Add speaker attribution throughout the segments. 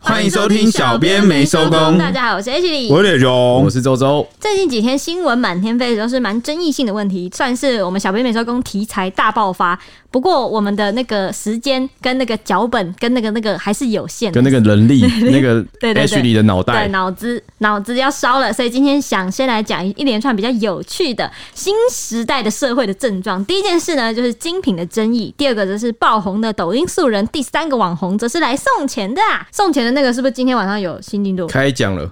Speaker 1: 欢迎收听小编没收工
Speaker 2: 大家好，我是 H 李。
Speaker 1: 我是荣
Speaker 3: 我，是周周，
Speaker 2: 最近几天新闻满天飞，都是蛮争议性的问题，算是我们小编没收工题材大爆发。不过我们的那个时间跟那个脚本跟那个那个还是有限的，
Speaker 3: 跟那个人 力那个
Speaker 2: 对对对
Speaker 3: H 里的脑袋
Speaker 2: 对，脑子脑子要烧了，所以今天想先来讲一连串比较有趣的新时代的社会的症状。第一件事呢，就是精品的争议；第二个则是爆红的抖音素人；第三个网红则是来送钱的啊！送钱的那个是不是今天晚上有新进度？
Speaker 3: 开讲了，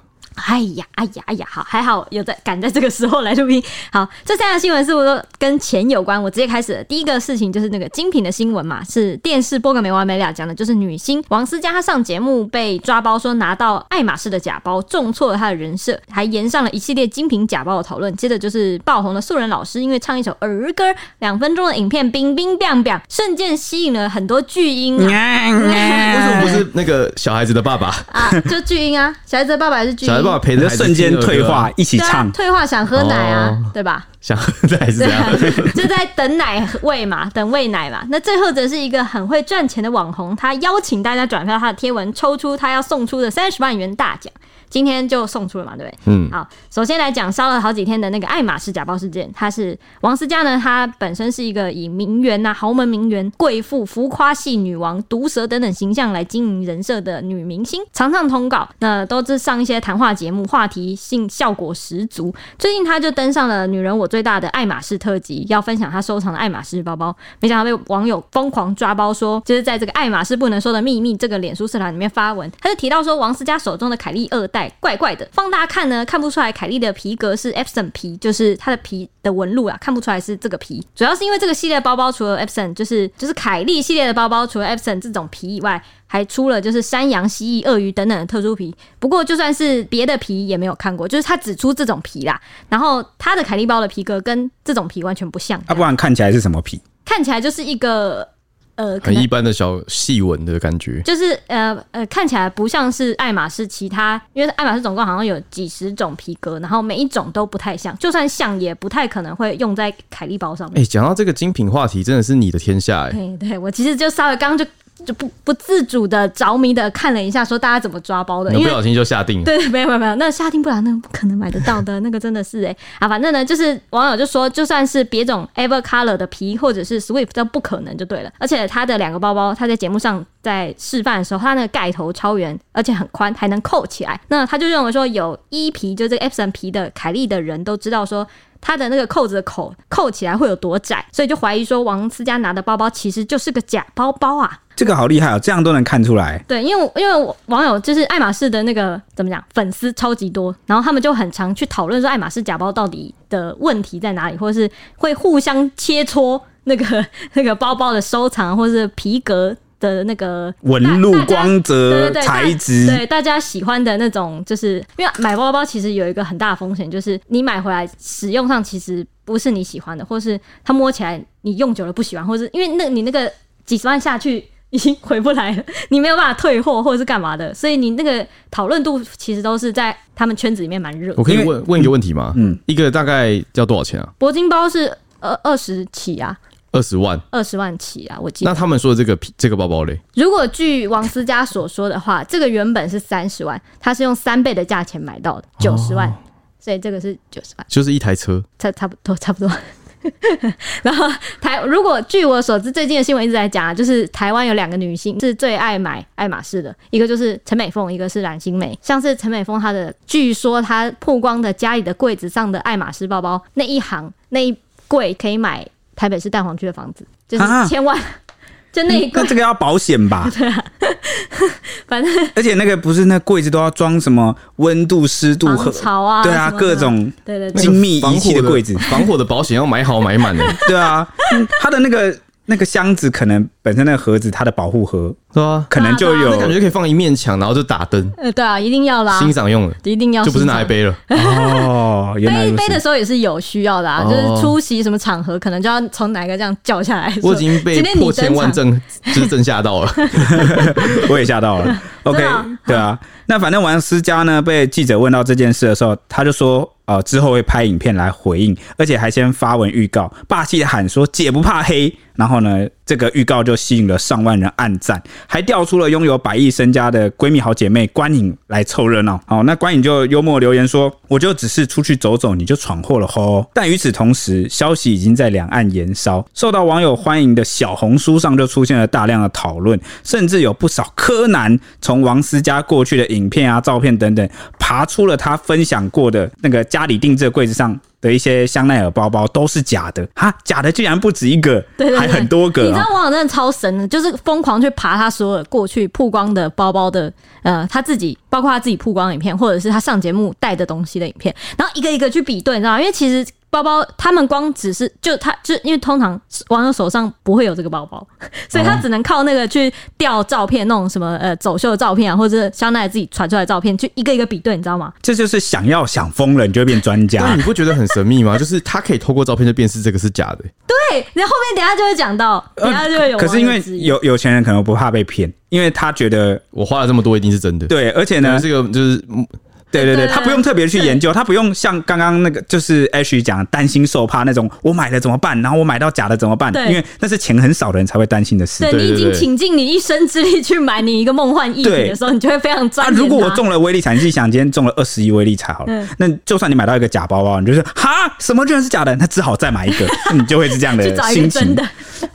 Speaker 2: 哎呀，哎呀，哎呀，好，还好有在赶在这个时候来录音。好，这三个新闻是我都跟钱有关，我直接开始了。第一个事情就是那个精品的新闻嘛，是电视播个没完没了，讲的就是女星王思佳，她上节目被抓包说拿到爱马仕的假包，重挫了她的人设，还延上了一系列精品假包的讨论。接着就是爆红的素人老师，因为唱一首儿歌，两分钟的影片，冰冰冰冰，瞬间吸引了很多巨婴啊，
Speaker 3: 为什么不是那个小孩子的爸爸？
Speaker 2: 啊就巨婴啊，小孩子的爸爸还是巨婴，
Speaker 3: 小孩子爸爸陪
Speaker 1: 你
Speaker 3: 着
Speaker 1: 就
Speaker 3: 孩子
Speaker 1: 瞬间
Speaker 3: 听儿歌啊
Speaker 1: 退化，，一起
Speaker 2: 对啊
Speaker 1: 唱，
Speaker 2: 退化想喝奶啊，对吧？
Speaker 3: 想这哦还是这
Speaker 2: 对
Speaker 3: 样
Speaker 2: 啊， 就在等奶喂嘛，等喂奶嘛。那最后则是一个很会赚钱的网红，他邀请大家转发他的贴文，抽出他要送出的三十万元大奖。今天就送出了嘛，对不对？
Speaker 3: 嗯
Speaker 2: 好，首先来讲烧了好几天的那个爱马仕假包事件，他是王思佳呢，她本身是一个以名媛呐、豪门名媛、贵妇、浮夸系女王、毒舌等等形象来经营人设的女明星，常常通告，那都是上一些谈话节目，话题性效果十足。最近她就登上了《女人我最大》的爱马仕特辑，要分享她收藏的爱马仕包包，没想到被网友疯狂抓包说，就是在这个爱马仕不能说的秘密这个脸书社团里面发文，他就提到说王思佳手中的凯莉二代怪怪的，放大看呢看不出来凯莉的皮革是 Epson 皮，就是它的皮的纹路啊，看不出来是这个皮，主要是因为这个系列包包除了 Epson 就是就是凯莉系列的包包除了 Epson 这种皮以外。还出了就是山羊、蜥蜴、鳄鱼等等的特殊皮，不过就算是别的皮也没有看过，就是它只出这种皮啦。然后它的凯莉包的皮革跟这种皮完全不像，
Speaker 1: 啊，不然看起来是什么皮？
Speaker 2: 看起来就是一个呃，可
Speaker 3: 很
Speaker 2: 能
Speaker 3: 一般的小细纹的感觉，
Speaker 2: 就是呃呃，看起来不像是爱马仕其他，因为爱马仕总共好像有几十种皮革，然后每一种都不太像，就算像也不太可能会用在凯利包上面。
Speaker 3: 哎，讲到这个精品话题，真的是你的天下哎，
Speaker 2: 对对，我其实就稍微刚刚就就不不自主的着迷的看了一下，说大家怎么抓包的，
Speaker 3: 你
Speaker 2: 因
Speaker 3: 不
Speaker 2: 为
Speaker 3: 小心就下定了，
Speaker 2: 对，没有没有没有，那夏汀布朗那个不可能买得到的，那个真的是哎、 啊，反正呢，就是网友就说，就算是别种 Ever Color 的皮或者是 Swift 都不可能就对了。而且它的两个包包，它在节目上在示范的时候，它那个盖头超圆，而且很宽，还能扣起来。那他就认为说，有一皮就这个 Epson 皮的凯利的人都知道说。它的那个扣子的口扣起来会有多窄，所以就怀疑说王思佳拿的包包其实就是个假包包啊。
Speaker 1: 这个好厉害哦，这样都能看出来。
Speaker 2: 对，因为我因为我网友就是爱马仕的那个怎么讲，粉丝超级多，然后他们就很常去讨论说爱马仕假包到底的问题在哪里，或者是会互相切磋那个 那个包包的收藏，或是皮革的那个
Speaker 1: 纹路、光
Speaker 2: 对
Speaker 1: 泽
Speaker 2: 对、对
Speaker 1: 材
Speaker 2: 大
Speaker 1: 质，
Speaker 2: 对大家喜欢的那种，就是因为买包包其实有一个很大的风险，就是你买回来使用上其实不是你喜欢的，或是它摸起来你用久了不喜欢，或是因为那你那个几十万下去。已经回不来了，你没有办法退货或者是干嘛的，所以你那个讨论度其实都是在他们圈子里面蛮热。
Speaker 3: 我可
Speaker 1: 因
Speaker 3: 以
Speaker 1: 为
Speaker 3: 问问一个问题吗？嗯，一个大概要多少钱啊？
Speaker 2: 铂金包是二二十起啊，
Speaker 3: 二十万。
Speaker 2: 二十万起啊，我记得。
Speaker 3: 那他们说的这个皮这个包包嘞，
Speaker 2: 如果据王思佳所说的话，这个原本是三十万，他是用三倍的价钱买到的，九十万，所以这个是九十万。
Speaker 3: 就是一台车，
Speaker 2: 差差不多差不多。 然后台，如果据我所知，最近的新闻一直在讲啊，就是台湾有两个女星是最爱买爱马仕的，一个就是陈美凤，一个是冉星梅。像是陈美凤，她的据说她曝光的家里的柜子上的爱马仕包包那一行那一柜可以买台北市蛋黄区的房子，就是嗯
Speaker 1: 啊
Speaker 2: 千万， 就那一柜
Speaker 1: 那，这个要保险 吧？
Speaker 2: 反正
Speaker 1: 而且那个不是那柜子都要装什么温度、湿度
Speaker 2: 防
Speaker 1: 和
Speaker 2: 潮啊，
Speaker 1: 对啊，
Speaker 2: 什么的
Speaker 1: 各种
Speaker 2: 对对对
Speaker 1: 精密仪器的柜子，
Speaker 3: 防火的保险要买好买 满的，
Speaker 1: 对啊，它的那个那个箱子可能本身那个盒子，它的保护盒
Speaker 3: 对啊，
Speaker 1: 可能就
Speaker 2: 对
Speaker 1: 有
Speaker 3: 感觉可以放一面墙，然后就打灯，
Speaker 2: 呃对啊，一定要啦，
Speaker 3: 欣赏用的，
Speaker 2: 一定要
Speaker 3: 就不是
Speaker 2: 欣
Speaker 3: 拿来
Speaker 2: 赏
Speaker 3: 背了。
Speaker 1: 哦，原来
Speaker 2: 背
Speaker 1: 如
Speaker 2: 啊背的
Speaker 1: 此。
Speaker 2: 时候也是有需要的啊，
Speaker 3: 哦
Speaker 2: 就是出席什么场合，可能就要从哪个这样叫下来说。
Speaker 3: 我已经被
Speaker 2: 今天你
Speaker 3: 破千万
Speaker 2: 登
Speaker 3: 震，就是震吓 到了。
Speaker 1: 我也吓到了。OK，
Speaker 2: 真的哦
Speaker 1: 对啊，那反正王思佳呢，被记者问到这件事的时候，他就说，呃，之后会拍影片来回应，而且还先发文预告，霸气的喊说“姐不怕黑”，然后呢，这这个预告就吸引了上万人暗赞，还调出了拥有百亿身家的闺蜜好姐妹关颖来凑热闹。好，那关颖就幽默留言说：“我就只是出去走走，你就闯祸了吼。”但与此同时，消息已经在两岸延烧，受到网友欢迎的小红书上就出现了大量的讨论，甚至有不少柯南从王思佳过去的影片啊、照片等等，爬出了他分享过的那个家里定制的柜子上。的一些香奈儿包包都是假的哈，假的居然不止一个，
Speaker 2: 对对对
Speaker 1: 还很多个、啊。
Speaker 2: 你知道网友真的超神的，就是疯狂去爬他所有过去曝光的包包的，呃，他自己包括他自己曝光的影片，或者是他上节目带的东西的影片，然后一个一个去比对，你知道吗？因为其实。包包，他们光只是就他，就因为通常网友手上不会有这个包 包，所以他只能靠那个去调照片，那种什么呃走秀的照片啊，或者是香奈儿自己传出来的照片，去一个一个比对，你知道吗？
Speaker 1: 这就是想要想疯了，你就会变专
Speaker 3: 但
Speaker 1: 家。
Speaker 3: 你不觉得很神秘吗？就是他可以透过照片就辨识这个是假的、
Speaker 2: 对，然后后面等一下就会讲到，等一下就会有、
Speaker 1: 呃可是因为有有钱人可能不怕被骗，因为他觉得
Speaker 3: 我花了这么多，一定是真的。，
Speaker 1: 对，而且呢，
Speaker 3: 这个就是嗯
Speaker 1: 对对对，
Speaker 2: 对
Speaker 1: 他不用特别去研究，他不用像刚刚那个就是 H 讲的担心受怕那种，我买了怎么办？然后我买到假的怎么办？
Speaker 2: 对
Speaker 1: 因为那是钱很少的人才会担心的事。
Speaker 2: 对
Speaker 3: 对
Speaker 2: 你已
Speaker 3: 对
Speaker 2: 经
Speaker 3: 对
Speaker 2: 倾尽你一生之力去买你一个梦幻艺品
Speaker 1: 对
Speaker 2: 的时候，你就会非常专
Speaker 1: 啊！
Speaker 2: 业。
Speaker 1: 如果我中了威力彩，你自己想今天中了二十亿威力彩好了
Speaker 2: 嗯，
Speaker 1: 那就算你买到一个假包包，你就是哈什么居然是假的，那只好再买一 个，你就会是这样的
Speaker 2: 去找一
Speaker 1: 心
Speaker 2: 个
Speaker 1: 情
Speaker 2: 真的。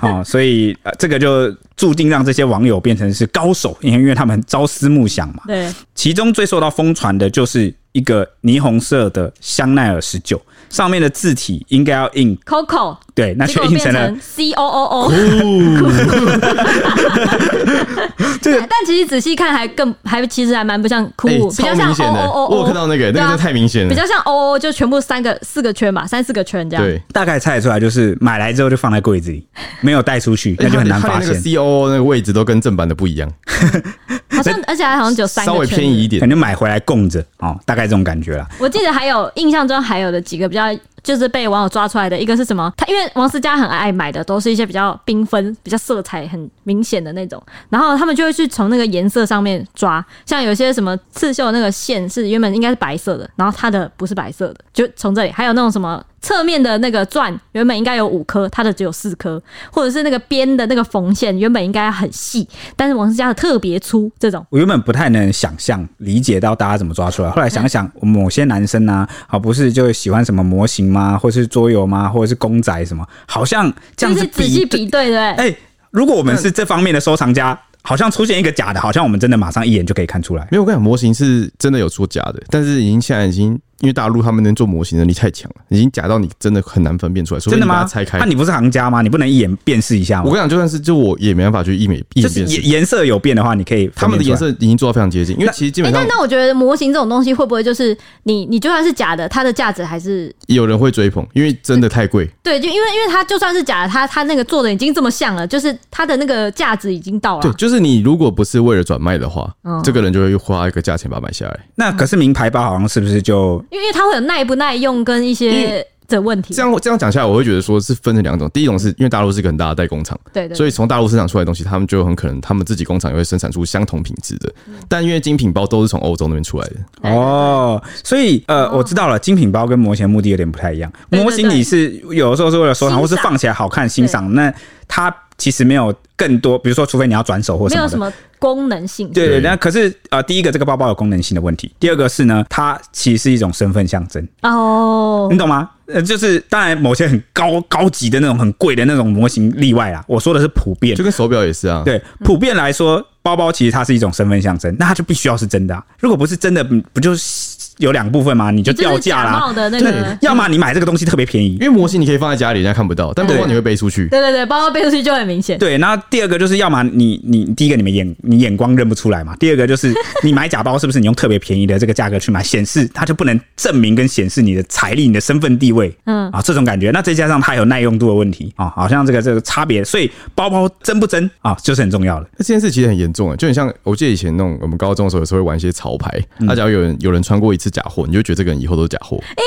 Speaker 1: 哦，所以、呃、这个就注定让这些网友变成是高手，因为因为他们朝思暮想嘛。
Speaker 2: 对，
Speaker 1: 其中最受到疯传的就是一个霓虹色的香奈儿十九，上面的字体应该要印
Speaker 2: Coco，
Speaker 1: 对，那
Speaker 2: 结
Speaker 1: 却
Speaker 2: 果
Speaker 1: 印
Speaker 2: 变
Speaker 1: 成了
Speaker 2: 成 C O O
Speaker 3: 哦
Speaker 2: O，
Speaker 1: 这个
Speaker 2: 但其实仔细看还更还其实还蛮不像酷，
Speaker 3: 哎、
Speaker 2: 比
Speaker 3: 超
Speaker 2: 较像
Speaker 3: 明显
Speaker 2: O
Speaker 3: 的、
Speaker 2: O O O，
Speaker 3: 我有看到那个、
Speaker 2: 对
Speaker 3: 那
Speaker 2: 啊
Speaker 3: 个真的太明显
Speaker 2: 比
Speaker 3: 了。
Speaker 2: 较像 O O，就全部三个四个圈吧，三四个圈这样。
Speaker 3: 对，
Speaker 1: 大概猜得出来，就是买来之后就放在柜子里，没有带出 去，
Speaker 3: 而
Speaker 1: 那
Speaker 3: 且
Speaker 1: 就
Speaker 3: 他
Speaker 1: 很难
Speaker 3: 他
Speaker 1: 发
Speaker 3: 连那个
Speaker 1: 现。
Speaker 3: C O O 那个位置都跟正版的不一样，
Speaker 2: 好像而且还好像只有三个
Speaker 3: 稍微
Speaker 2: 圈
Speaker 3: 偏移一。点
Speaker 1: 可。能买回来供着哦，大概这种感觉啦。
Speaker 2: 我记得还有印象中还有的几个比较就是被网友抓出来的，一个是什么？他因为王思佳很爱买的都是一些比较缤纷、比较色彩很明显的那种，然后他们就会去从那个颜色上面抓，像有些什么刺绣那个线是原本应该是白色的，然后它的不是白色的，就从这里还有那种什么。侧面的那个钻原本应该有五颗，它的只有四颗，或者是那个边的那个缝线原本应该很细，但是王思佳的特别粗，这种
Speaker 1: 我原本不太能想象、理解到大家怎么抓出 来，后来想想，某些男生啊，啊不是就喜欢什么模型吗，或是桌游吗，或者是公仔什么，好像这
Speaker 2: 就
Speaker 1: 样
Speaker 2: 是
Speaker 1: 子
Speaker 2: 仔细
Speaker 1: 比
Speaker 2: 比对，对不对？
Speaker 1: 哎、如果我们是这方面的收藏家，好像出现一个假的，好像我们真的马上一眼就可以看出来。
Speaker 3: 没有，我跟你讲，模型是真的有做假的，但是已经现在已经因为大陆他们能做模型能力太强了，已经假到你真的很难分辨出来，除非
Speaker 1: 真的
Speaker 3: 你把
Speaker 1: 吗啊
Speaker 3: 它？拆开
Speaker 1: 那、。你不是行家吗？你不能一眼辨识一下
Speaker 3: 我
Speaker 1: 吗
Speaker 3: 跟？你讲，就算是就我也没办法去一美一
Speaker 1: 就
Speaker 3: 眼
Speaker 1: 是
Speaker 3: 辨识
Speaker 1: 颜，颜色有变的话，你可以
Speaker 3: 他们的颜
Speaker 1: 分辨出来。
Speaker 3: 色已经做到非常接近，因为其实基
Speaker 2: 哎、
Speaker 3: 本
Speaker 2: 那
Speaker 3: 上
Speaker 2: 那我觉得模型这种东西会不会就是你你就算是假的，它的价值还是
Speaker 3: 有人会追捧，因为真的太贵。
Speaker 2: 对，就因为因为它就算是假的，它它那个做的已经这么像了，就是它的那个价值已经到
Speaker 3: 对，
Speaker 2: 了。啊
Speaker 3: 就是你如果不是为了转卖的话
Speaker 2: 嗯，
Speaker 3: 这个人就会花一个价钱把它买下来。
Speaker 1: 那可是名牌包好像是不是就
Speaker 2: 因为因为它会有耐不耐用跟一些的问题。
Speaker 3: 这样这样讲下来，我会觉得说是分成两种，第一种是因为大陆是一个很大的代工厂，
Speaker 2: 对对
Speaker 3: 所
Speaker 2: 以
Speaker 3: 以从大陆生产出来的东西，他们就很可能他们自己工厂也会生产出相同品质的，
Speaker 2: 嗯
Speaker 3: 但因为精品包都是从欧洲那边出来的，
Speaker 2: 对对
Speaker 1: 哦？所以呃，
Speaker 2: 哦
Speaker 1: 我知道了，精品包跟模型的目的有点不太一样。
Speaker 2: 对对
Speaker 1: 模型你是有的时候是为了收藏，
Speaker 2: 欣赏
Speaker 1: 或是放起来好看欣赏。那它其实没有更多，比如说，除非你要转手或
Speaker 2: 没
Speaker 1: 什
Speaker 2: 有
Speaker 1: 么
Speaker 2: 什
Speaker 1: 的。
Speaker 2: 么功能性。
Speaker 1: 对对，
Speaker 3: 对
Speaker 1: 那可是呃，第一个这个包包有功能性的问题，第二个是呢，它其实是一种身份象征。
Speaker 2: 哦
Speaker 1: 你，懂吗？呃，就是当然某些很高高级的那种很贵的那种模型例外啦。我说的是普遍
Speaker 3: 就，跟手表也是啊。
Speaker 1: 对
Speaker 2: 嗯
Speaker 1: 普遍来说，包包其实它是一种身份象征，那它就必须要是真的、啊。如果不是真的，嗯不就是有两部分吗？你就
Speaker 2: 你就是
Speaker 1: 掉价
Speaker 2: 假
Speaker 1: 啦
Speaker 2: 冒的，那
Speaker 1: 对，
Speaker 2: 个
Speaker 1: 要么你买这个东西特别便宜
Speaker 3: 因。为模型你可以放在家里，人家看不到，但包包
Speaker 1: 对
Speaker 3: 你会背出去。
Speaker 2: 对对对，包包背出去就很明显。
Speaker 1: 对，那第二个就是，要么你你第一个你们眼你眼光认不出来嘛，第二个就是你买假包是不是你用特别便宜的这个价格去买，显示它就不能证明跟显示你的财力、你的身份地位，
Speaker 2: 嗯
Speaker 1: 啊，这种感觉。那再加上它有耐用度的问题啊，好像这个这个差别，所以包包真不真啊，就是很重要的。
Speaker 3: 那这件事其实很严重啊，就很像我记得以前那种我们高中的时候，有时候会玩一些潮牌，
Speaker 2: 嗯
Speaker 3: 啊那、假如有人有人穿过一次假货，你就觉得这个人以后都是假货。
Speaker 2: 哎、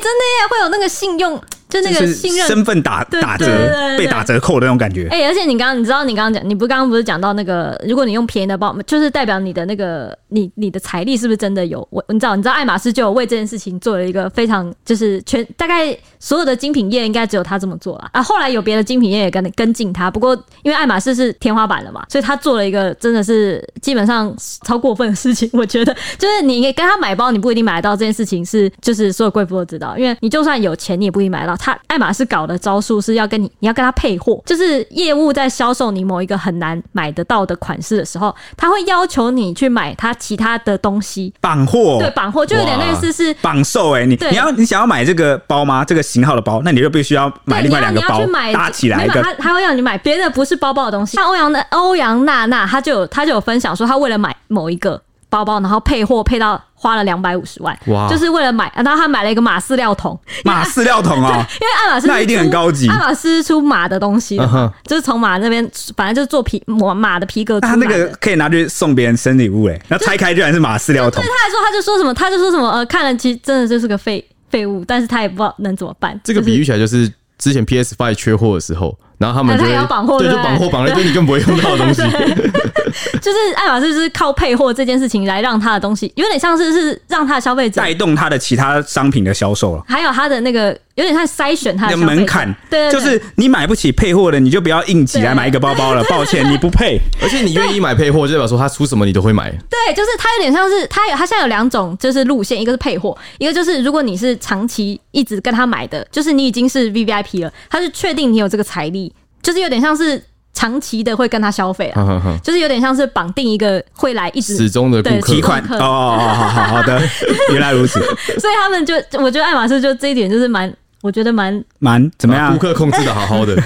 Speaker 2: 真的耶，会有那个信用就那
Speaker 1: 就
Speaker 2: 个
Speaker 1: 是
Speaker 2: 信任
Speaker 1: 身份打
Speaker 2: 对
Speaker 1: 打
Speaker 2: 对
Speaker 1: 折
Speaker 2: 对对对
Speaker 1: 被打折扣的那种感觉。
Speaker 2: 哎、而且你刚刚你知道你刚刚讲，你不刚刚不是讲到那个，如果你用便宜的包，就是代表你的那个你你的财力是不是真的有？我你知道你知道爱马仕就有为这件事情做了一个非常就是全大概所有的精品业应该只有他这么做了啊。后来有别的精品业也跟跟进他，不过因为爱马仕是天花板了嘛，所以他做了一个真的是基本上超过分的事情。我觉得就是你跟他买包，你不一定买得到这件事情是就是所有贵妇都知道，因为你就算有钱，你也不一定买得到。他爱马仕搞的招数是要跟你 你要跟他配货，就是业务在销售你某一个很难买得到的款式的时候，他会要求你去买他其他的东西，
Speaker 1: 绑货，
Speaker 2: 对，绑货就有点类似是。
Speaker 1: 绑售哎、你
Speaker 2: 对
Speaker 1: 你要你想要买这个包吗？这个型号的包，那你就必须要买
Speaker 2: 对，
Speaker 1: 另
Speaker 2: 你
Speaker 1: 外
Speaker 2: 要
Speaker 1: 两个
Speaker 2: 你
Speaker 1: 包
Speaker 2: 要去买
Speaker 1: 搭起来一
Speaker 2: 没有
Speaker 1: 个
Speaker 2: 他他会让你买别的不是包包的东西。像欧阳的欧阳娜娜，她就有她就有分享说，她为了买某一个包包，然后配货配到花了两百五十万，
Speaker 3: 哇
Speaker 2: 就是为了买，然后她买了一个马饲料桶，
Speaker 1: 马饲料桶 哦、
Speaker 2: 因为爱马仕
Speaker 1: 那一定很高级
Speaker 2: 爱马仕是出马的东西的
Speaker 3: 嗯
Speaker 2: 嘛，
Speaker 3: 哼，
Speaker 2: 就是从马那边，反正就是做皮马马的皮革出
Speaker 1: 那
Speaker 2: 来
Speaker 1: 他
Speaker 2: 的。
Speaker 1: 那个可以拿去送别人生礼物哎、那拆开居然是马饲料桶
Speaker 2: 对，他来说，他就说什么，他就说什么，呃，看了其实真的就是个废废物，但是他也不知道能怎么办。
Speaker 3: 这个
Speaker 2: 就是
Speaker 3: 比喻起来就是之前 PS Five 缺货的时候，然后他们
Speaker 2: 哎
Speaker 3: 就
Speaker 2: 他也
Speaker 3: 会
Speaker 2: 要绑货
Speaker 3: 对，
Speaker 2: 对
Speaker 3: 就
Speaker 2: 不对
Speaker 3: 绑货绑了一堆你更不会用到 的东西。
Speaker 2: 就是爱马仕就是靠配货这件事情来让他的东西，有点像是是让他的消费者，
Speaker 1: 带动他的其他商品的销售了。
Speaker 2: 还有他的那个有点像筛选他
Speaker 1: 那
Speaker 2: 的消费者
Speaker 1: 门槛，
Speaker 2: 对对
Speaker 1: 就
Speaker 2: 对
Speaker 1: 是你买不起配货的，你就不要硬挤来买一个包包了。抱歉，你不配。
Speaker 3: 而且你愿意买配货，就代表说他出什么你都会买。
Speaker 2: 对，就是它有点像是它有它现在有两种就是路线，一个是配货，一个就是如果你是长期一直跟他买的，就是你已经是 V V I P 了，他是确定你有这个财力，就是有点像是长期的会跟他消费啊，
Speaker 3: 哈哈哈，
Speaker 2: 就是有点像是绑定一个会来一直
Speaker 3: 始终的顾
Speaker 2: 对
Speaker 3: 客
Speaker 1: 提款
Speaker 2: 客
Speaker 1: 哦，哦哦好好好的，原来如此，
Speaker 2: 所以他们就我觉得爱马仕就这一点就是蛮，我觉得蛮
Speaker 1: 蛮怎么
Speaker 3: 把
Speaker 1: 样
Speaker 3: 顾？客控制的好好的，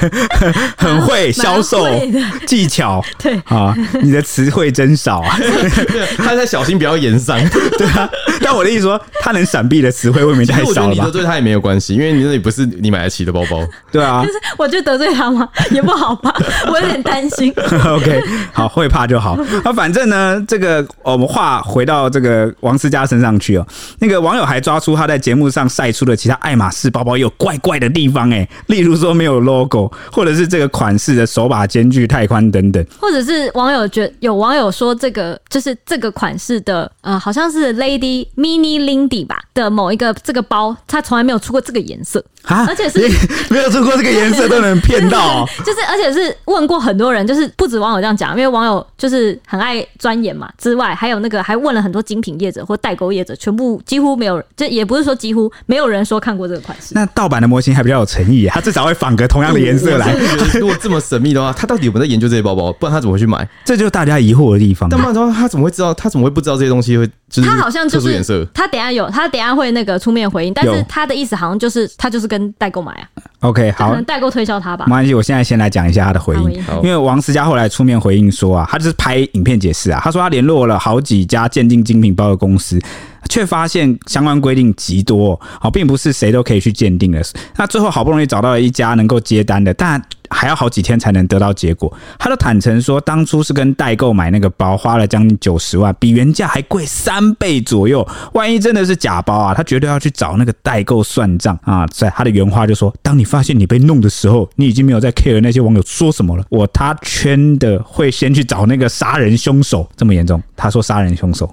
Speaker 1: 很会销售
Speaker 2: 蛮会的
Speaker 1: 技巧
Speaker 2: 对。
Speaker 1: 啊！你的词汇真少啊！
Speaker 3: 他在小心不要延 上。
Speaker 1: 对啊，但我的意思说，他能闪避的词汇未免
Speaker 3: 其实
Speaker 1: 太
Speaker 3: 我觉
Speaker 1: 少
Speaker 3: 得
Speaker 1: 了
Speaker 3: 你
Speaker 1: 吧
Speaker 3: 的？对他也没有关系，因为你那里不是你买得起的包 包。
Speaker 1: 对啊
Speaker 2: 就是我觉得得罪他吗？ 也不好吧，我有点担心。
Speaker 1: ，OK，好，会怕就好。那、反正呢，这个呃我们话回到这个王思佳身上去哦。那个网友还抓出他在节目上晒出的其他爱马仕包包也有怪怪的地方、欸，例如说没有 logo，或者是这个款式的手把间距太宽等等。
Speaker 2: 或者是网友觉有网友说这个就是这个款式的呃，好像是 Lady Mini Lindy 吧的某一个这个包，它从来没有出过这个颜色，
Speaker 1: 啊，
Speaker 2: 而且是
Speaker 1: 连 没有出过这个颜色都能骗到、哦，
Speaker 2: 就是而且是问过很多人，就是不止网友这样讲，因为网友就是很爱钻研嘛，之外还有那个还问了很多精品业者或代购业者，全部几乎没有人，这也不是说几乎没有人说看过这个款式。
Speaker 1: 那盗版的模型还比较有诚意、啊，它至少会仿个同样的颜色来，
Speaker 3: 嗯我真的觉得如果这么神秘的话，他到底有没有在研究这些包包？不然他怎么会去买？
Speaker 1: 这就是大家疑惑的地方。
Speaker 3: 但不然的话，他怎么会知道？他怎么会不知道这些东西会就是
Speaker 2: 他好像就
Speaker 3: 特殊
Speaker 2: 是
Speaker 3: 颜色？
Speaker 2: 他等一下有他等一下会那个出面回应，但
Speaker 1: 有
Speaker 2: 是他的意思好像就是他就是跟代购买啊，
Speaker 1: OK，
Speaker 2: 可
Speaker 1: 好
Speaker 2: 能，代购推销他吧
Speaker 1: 没。关系，我现在先来讲一下他的回
Speaker 2: 好
Speaker 1: 应
Speaker 2: 回应。
Speaker 3: 好
Speaker 1: 因为王思佳后来出面回应说啊，他就是拍影片解释啊，他说他联络了好几家鉴定精品包的公司，却发现相关规定极多哦，好并不是谁都可以去鉴定的。那最后好不容易找到了一家能够接单的，但还要好几天才能得到结果。他就坦诚说，当初是跟代购买那个包，花了将近九十万，比原价还贵三倍左右。万一真的是假包啊，他绝对要去找那个代购算账啊！在他的原话就说：“当你发现你被弄的时候，你已经没有在 care 那些网友说什么了。我他圈的会先去找那个杀人凶手，这么严重？他说杀人凶手，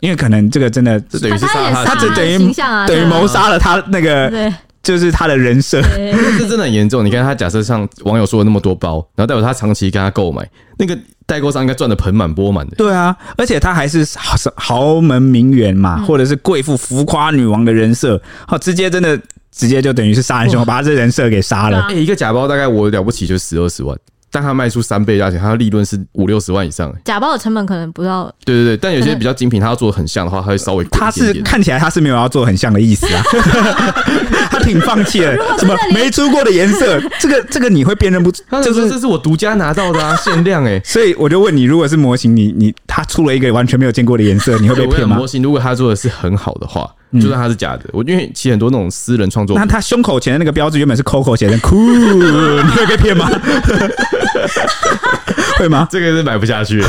Speaker 1: 因为可能这个真的
Speaker 3: 这等于是杀了
Speaker 2: 他
Speaker 3: 他
Speaker 1: 他
Speaker 3: 的
Speaker 1: 只
Speaker 2: 也
Speaker 3: 形
Speaker 2: 杀
Speaker 1: 等于等于
Speaker 2: 形象啊对啊
Speaker 1: 谋杀了他那个
Speaker 2: 对
Speaker 1: 就是他的人设。
Speaker 2: 对，
Speaker 3: 象，这真的很严重。你看他假设像网友说的那么多包，然后代表他长期跟他购买，那个代购商应该赚的盆满钵满的。
Speaker 1: 对啊，而且她还是豪豪门名媛嘛，
Speaker 2: 嗯
Speaker 1: 或者是贵妇浮夸女王的人设，哦，直接真的直接就等于是杀人凶手，把她这人设给杀了
Speaker 2: 对。啊
Speaker 3: 哎、一个假包大概我了不起就十二十万，但他卖出三倍价钱，他的利润是五六十万以上、欸。
Speaker 2: 假包的成本可能不 到，
Speaker 3: 对对对，但有些比较精品，他要做的很像的话，他会稍微贵
Speaker 1: 她
Speaker 3: 一点
Speaker 1: 是
Speaker 3: 点。
Speaker 1: 看起来她是没有要做很像的意思 啊，她挺放弃了，什
Speaker 2: 真
Speaker 1: 么
Speaker 2: 的连
Speaker 1: 没出过的颜色，这个这个你会辨认不出，
Speaker 3: 他
Speaker 1: 就
Speaker 3: 就是
Speaker 1: 是
Speaker 3: 这是我独家拿到的啊，限 量哎、欸。
Speaker 1: 所以我就问你，如果是模型，你你她出了一个完全没有见过的颜色，你会
Speaker 3: 对
Speaker 1: 被
Speaker 3: 我
Speaker 1: 骗
Speaker 3: 想
Speaker 1: 吗
Speaker 3: 模？型如果他做的是很好的话，就算它是假的，我因为其实很多那种私人创作
Speaker 1: 那
Speaker 3: 品，
Speaker 1: 他胸口前的那个标志原本是 Coco 写成 Cool，你会被骗吗？ 会吗？
Speaker 3: 这个是买不下去的。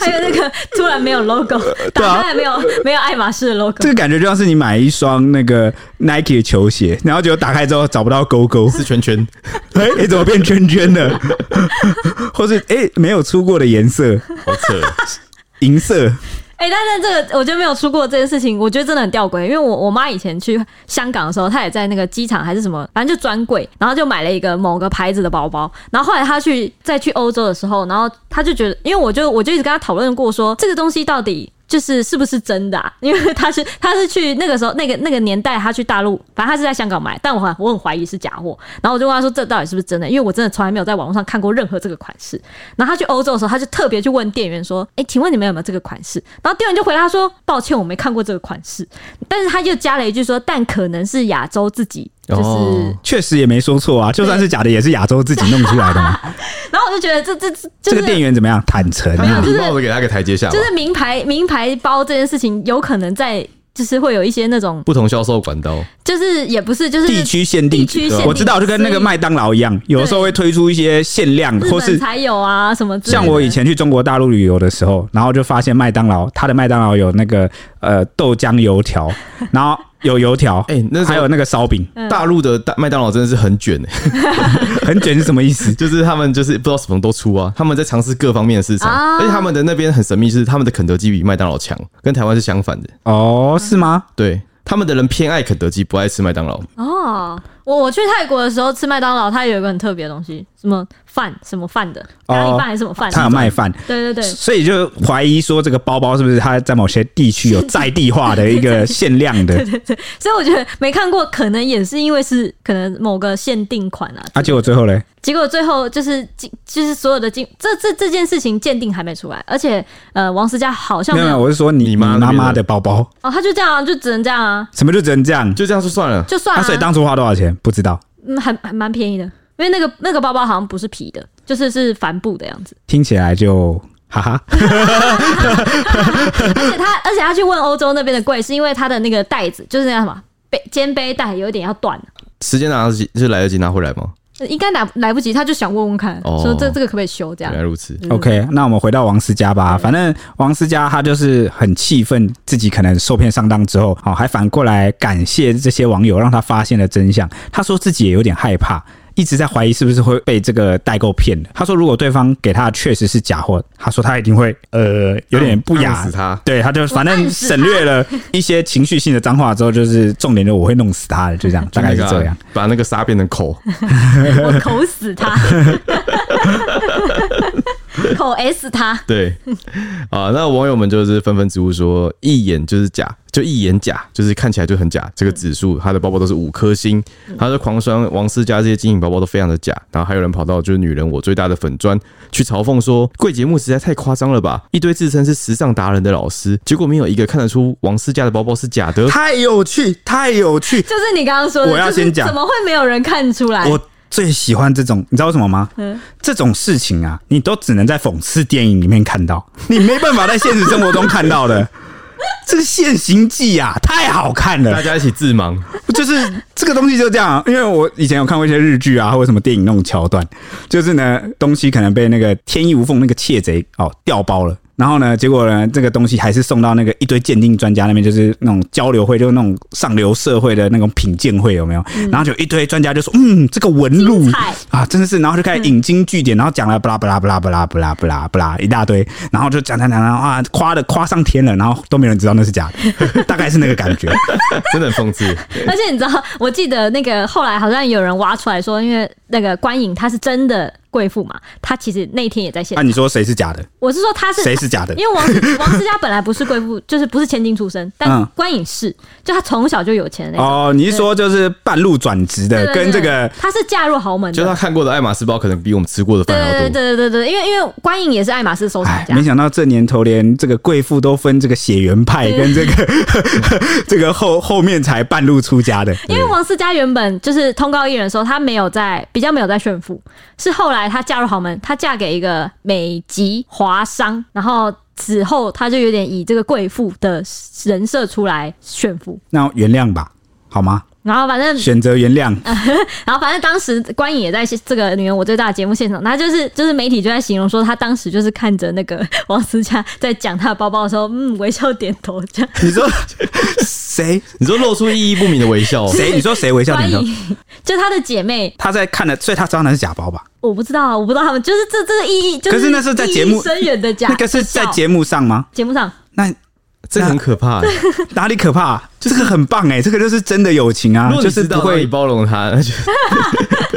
Speaker 2: 还有那个突然没有 logo，
Speaker 1: 对啊
Speaker 2: 打开来没有没有爱马仕的 logo，
Speaker 1: 这个感觉就像是你买一双那个 Nike 的球鞋，然后结果打开之后找不到勾 勾，
Speaker 3: 是圈圈，
Speaker 1: 哎、你怎么变圈圈了？ 或是哎、没有出过的颜色，
Speaker 3: 好扯。
Speaker 1: 银色，
Speaker 2: 哎、但是这个我觉得没有出过这件事情，我觉得真的很吊诡。因为我我妈以前去香港的时候，她也在那个机场还是什么，反正就专柜，然后就买了一个某个牌子的包包。然后后来她去再去欧洲的时候，然后她就觉得，因为我就我就一直跟她讨论过说，这个东西到底。就是是不是真的啊？ 因为她是她是去那个时候那个那个年代，她去大陆，反正她是在香港买，但我很我很怀疑是假货。然后我就问她说这到底是不是真的？因为我真的从来没有在网络上看过任何这个款式。然后他去欧洲的时候，他就特别去问店员说：“哎、请问你们有没有这个款式？”然后店员就回答说：“抱歉，我没看过这个款式。”但是他就加了一句说：“但可能是亚洲自己。”就是，
Speaker 3: 哦
Speaker 1: 确实也没说错啊，就算是假的，也是亚洲自己弄出来的嘛。
Speaker 2: 然后我就觉得这这这
Speaker 1: 这
Speaker 2: 就是
Speaker 1: 个店员怎啊么样？坦诚
Speaker 3: 他
Speaker 2: 没有
Speaker 1: 啊
Speaker 2: 就，是
Speaker 3: 礼貌的给他个台阶下吧
Speaker 2: 就，是名牌名牌包这件事情，有可能在就是会有一些那种，
Speaker 3: 不同销售管道，
Speaker 2: 就是也不是就是
Speaker 1: 地区限定
Speaker 2: 地，区限定，
Speaker 1: 我知道，就跟那个麦当劳一样，有时候会推出一些限量，
Speaker 2: 日
Speaker 1: 或
Speaker 2: 本
Speaker 1: 是
Speaker 2: 才有啊什么之类的
Speaker 1: 像我以前去中国大陆旅游的时候，然后就发现麦当劳，它的麦当劳有那个呃豆浆油条， 然后有油条，
Speaker 3: 哎那时候
Speaker 1: 还有那个烧饼，
Speaker 3: 大陆的大麦当劳真的是很卷欸，
Speaker 1: 很卷是什么意思？
Speaker 3: 就是他们就是不知道什么都出啊，他们在尝试各方面的市场，
Speaker 2: 啊
Speaker 3: 而且他们的那边很神秘，是他们的肯德基比麦当劳强，跟台湾是相反的。
Speaker 1: 哦，是吗？
Speaker 3: 对，他们的人偏爱肯德基，不爱吃麦当劳。
Speaker 2: 哦。我我去泰国的时候吃麦当劳，它有一个很特别的东西，什么饭什么饭的，咖喱
Speaker 1: 哦
Speaker 2: 饭还是什么饭？
Speaker 1: 它有卖饭，
Speaker 2: 对对对，
Speaker 1: 所以就怀疑说这个包包是不是它在某些地区有在地化的一个限量 的，
Speaker 2: 所以我觉得没看过，可能也是因为是可能某个限定款啊。
Speaker 1: 啊，结果最后嘞，
Speaker 2: 结果最后就是进，就是所有的进这这这件事情鉴定还没出来，而且呃，王思佳好像
Speaker 1: 没
Speaker 2: 没
Speaker 1: 有，没有
Speaker 2: 有
Speaker 1: 我是说你
Speaker 3: 你
Speaker 1: 你
Speaker 3: 妈
Speaker 1: 妈
Speaker 3: 那边
Speaker 1: 妈
Speaker 3: 的
Speaker 1: 的包包，
Speaker 2: 哦，他就这样啊，就只能这样啊，
Speaker 1: 什么就只能这样？
Speaker 3: 就这样就算了，
Speaker 2: 就算
Speaker 1: 啊，
Speaker 2: 啊，
Speaker 1: 所以当初花多少钱不知道，
Speaker 2: 嗯，还还蛮便宜的，因为那个那个包包好像不是皮的，就是是帆布的样 子。
Speaker 1: 听起来就哈哈，
Speaker 2: 而且他，而且他去问欧洲那边的贵，是因为他的那个袋子就是那叫什么背肩背带有一点要断了。
Speaker 3: 时间拿得及是来得及拿回来吗？
Speaker 2: 应该来来不及，他就想问问看，
Speaker 3: 哦
Speaker 2: 说这这个可不可以修这样
Speaker 3: 原来？如此，
Speaker 1: OK，那我们回到王思佳吧。反正王思佳她就是很气愤，自己可能受骗上当之后，哦，还反过来感谢这些网友，让她发现了真相。她说自己也有点害怕。一直在怀疑是不是会被这个代购骗的。她说，如果对方给她的确实是假货，她说她一定会呃有点不
Speaker 3: 弄
Speaker 1: 雅
Speaker 3: 死，他。
Speaker 1: 对，她就反正
Speaker 2: 暗示她
Speaker 1: 省略了一些情绪性的脏话之后，就是重点就我会弄死她的，就这样，大概是这样。，
Speaker 3: 把那个沙变成口，
Speaker 2: 我口死 他，口 S 他。
Speaker 3: 对啊，那网友们就是纷纷直呼说，一眼就是假，就一眼假，就是看起来就很假。
Speaker 1: 嗯
Speaker 3: 这个指数，它的包包都是五颗星，他就狂酸王思佳这些精品包包都非常的假。然后还有人跑到就是女人我最大的粉砖去嘲讽说，贵节目实在太夸张了吧！一堆自称是时尚达人的老师，结果没有一个看得出王思佳的包包是 假的。
Speaker 1: 太有趣，太有趣！
Speaker 2: 就是你刚刚说的，
Speaker 1: 我要
Speaker 2: 就是
Speaker 1: 先讲
Speaker 2: 怎么会没有人看出来？
Speaker 1: 我最喜欢这种，你知道为什么吗？
Speaker 2: 嗯
Speaker 1: 这种事情啊，你都只能在讽刺电影里面看到，你没办法在现实生活中看到的。这个《现行记》啊，太好看
Speaker 3: 大
Speaker 1: 了，
Speaker 3: 家一起自盲，
Speaker 1: 就是这个东西就这样。因为我以前有看过一些日剧啊，或者什么电影那种桥段，就是呢，东西可能被那个天衣无缝那个窃贼哦调包了。然后呢，结果呢，这个东西还是送到那个一堆鉴定专家那边，就是那种交流会，就是那种上流社会的那种品鉴会，有没有？然后就一堆专家就说，嗯，这个纹路
Speaker 2: 精彩
Speaker 1: 啊，真的是，然后就开始引经据典，然后讲了不啦不啦不啦不啦不啦不啦不啦一大堆，然后就讲讲讲讲啊，夸的夸上天了，然后都没有人知道那是假的， 大概是那个感觉。
Speaker 3: 真的很讽 刺。
Speaker 2: 而且你知道，我记得那个后来好像有人挖出来说，因为那个关颖她是真的贵妇嘛，她其实那天也在现
Speaker 1: 那、啊
Speaker 2: 场。
Speaker 1: 你说谁是假的？
Speaker 2: 我是说她 是
Speaker 1: 谁是假的
Speaker 2: 因？为王思王思佳本来不是贵妇， 就是不是千金出身，但
Speaker 1: 嗯
Speaker 2: 关颖是，就她从小就有钱的那种。
Speaker 1: 哦，你是说就是半路转职的
Speaker 2: 对，对
Speaker 1: 跟这
Speaker 2: 对
Speaker 1: 个
Speaker 2: 她是嫁入豪门
Speaker 3: 就
Speaker 2: 的
Speaker 3: 他。看过的爱马仕包，可能比我们吃过的饭还要
Speaker 2: 对对
Speaker 3: 多。
Speaker 2: 对对对对，因为因为关颖也是爱马仕收藏
Speaker 1: 哎，
Speaker 2: 家
Speaker 1: 没，想到这年头连这个贵妇都分这个血缘派跟这个 这个后后面才半路出家 的。
Speaker 2: 因为王思佳原本就是通告艺人的时候，她没有在比较没有在炫富，是后来她嫁入豪门，她嫁给一个美籍华商，然后此后他就有点以这个贵妇的人设出来炫富。
Speaker 1: 那原谅吧，好吗？
Speaker 2: 然后反正
Speaker 1: 选择原谅，
Speaker 2: 嗯然后反正当时关颖也在这个《女人我最大》的节目现场，他就是就是媒体就在形容说，他当时就是看着那个 王思佳在讲他的包包的时候，嗯，微笑点头这样。
Speaker 1: 你说 谁
Speaker 3: 你说露出意义不明的微笑，
Speaker 1: 谁？你说谁微笑
Speaker 2: 关
Speaker 1: 点头？
Speaker 2: 颖就她的姐妹，
Speaker 1: 他在看的，所以他知道那是假包吧？
Speaker 2: 我不知道啊，我不知道他们就是这这个意义，就
Speaker 1: 可是那是在
Speaker 2: 意义
Speaker 1: 节目
Speaker 2: 深远的假，
Speaker 1: 那个是在
Speaker 2: 笑
Speaker 1: 节目上吗？
Speaker 2: 节目上，
Speaker 1: 那
Speaker 3: 这个很可怕欸。
Speaker 1: 哪里可怕、啊 这个很棒哎、这个就是真的友情啊
Speaker 3: 如，果
Speaker 1: 就
Speaker 3: 你
Speaker 1: 是
Speaker 3: 知
Speaker 1: 不
Speaker 3: 道那你
Speaker 1: 会，
Speaker 3: 包容他，那 就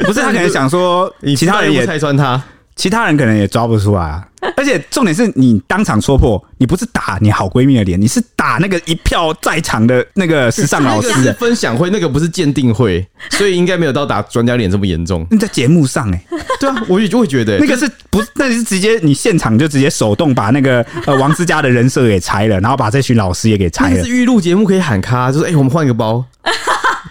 Speaker 1: 不是他可能想说，
Speaker 3: 你
Speaker 1: 其他人
Speaker 3: 不
Speaker 1: 也
Speaker 3: 拆穿他，
Speaker 1: 其他人可能也抓不出来啊。 而且重点是你当场戳破，你不是打你好闺蜜的脸，你是打那个一票在场的那个时尚老
Speaker 3: 那
Speaker 1: 师
Speaker 3: 个是
Speaker 1: 欸。。
Speaker 3: 分享会，那个不是鉴定会，所以应该没有到打专家脸这么严重
Speaker 1: 你在节目上哎、
Speaker 3: 对啊，我也就会觉得
Speaker 1: 那个是不是？那是直接你现场就直接手动把那个呃王思佳的人设给拆了，然后把这群老师也给
Speaker 3: 那
Speaker 1: 拆
Speaker 3: 个
Speaker 1: 了
Speaker 3: 是。预录节目可以喊咖，就是哎，我们换一个包，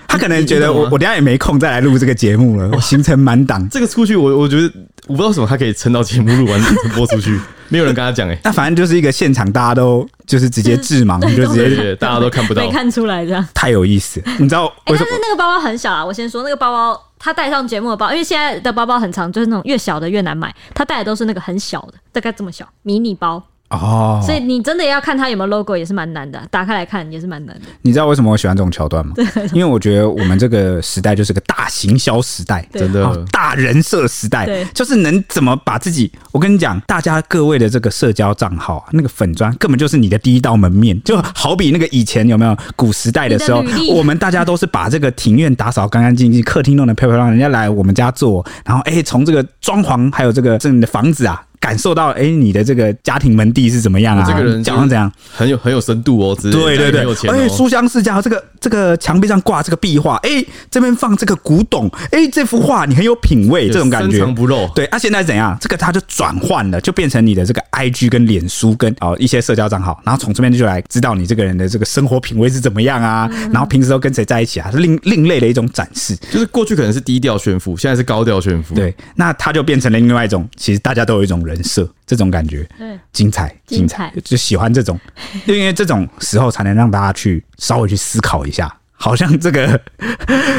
Speaker 1: 他可能觉得
Speaker 3: 你你懂
Speaker 1: 我
Speaker 3: 吗
Speaker 1: 我等一下也没空再来录这个节目了，我行程满档。
Speaker 3: 这个出去我我觉得我不知道为什么他可以撑到节目录完播出去，没有人跟他 讲哎，
Speaker 1: 那反正就是一个现场，大家都就是直接致盲，
Speaker 2: 对
Speaker 1: 就
Speaker 2: 都
Speaker 1: 直
Speaker 3: 对
Speaker 1: 接
Speaker 3: 对对大家都看不到
Speaker 2: 没。看出来这样。
Speaker 1: 太有意思了。你知道
Speaker 2: 哎、
Speaker 1: 为什
Speaker 2: 但
Speaker 1: 么
Speaker 2: 是？那个包包很小啊！我先说，那个包包他带上节目的包，因为现在的包包很长，就是那种越小的越难买。他带的都是那个很小的，大概这么小迷你包，
Speaker 1: 哦，
Speaker 2: 所以你真的要看它有没有 logo 也是蛮难的，打开来看也是蛮难的。
Speaker 1: 你知道为什么我喜欢这种桥段吗？因为我觉得我们这个时代就是个大行销时代，
Speaker 2: 对
Speaker 3: 真的
Speaker 1: 哦大人设时代
Speaker 2: 对，
Speaker 1: 就是能怎么把自己，我跟你讲，大家各位的这个社交账号啊，那个粉砖根本就是你的第一道门面，就好比那个以前有没有古时代的时候
Speaker 2: 你的履，历
Speaker 1: 我们大家都是把这个庭院打扫干干净净，客厅弄得漂漂亮，亮，人家来我们家坐，然后哎，从这个装潢还有这个这你的房子啊。感受到哎、你的这个家庭门第是怎么样啊？
Speaker 3: 这个人
Speaker 1: 讲成怎样？
Speaker 3: 很有很有深度哦，之类的
Speaker 1: 对对
Speaker 3: 很
Speaker 1: 对，
Speaker 3: 有钱
Speaker 1: 而且
Speaker 3: 哦。
Speaker 1: 书香世家，这个这个墙壁上挂这个壁画，哎、这边放这个古董，哎、这幅画你很有品味，
Speaker 3: 有
Speaker 1: 这种感
Speaker 3: 深
Speaker 1: 觉
Speaker 3: 藏。不露，
Speaker 1: 对，啊，现在怎样？这个它就转换了，就变成你的这个 I G 跟脸书跟哦一些社交账号，然后从这边就来知道你这个人的这个生活品味是怎么样啊，然后平时都跟谁在一起啊，另另类的一种展示。
Speaker 3: 就是过去可能是低调炫富，现在是高调炫富。，
Speaker 1: 对，那它就变成了另外一种，其实大家都有一种人设，这种感觉。
Speaker 2: 对，
Speaker 1: 精彩，
Speaker 2: 精彩
Speaker 1: 就喜欢这 种，因为这种时候才能让大家去稍微去思考一下，好像这个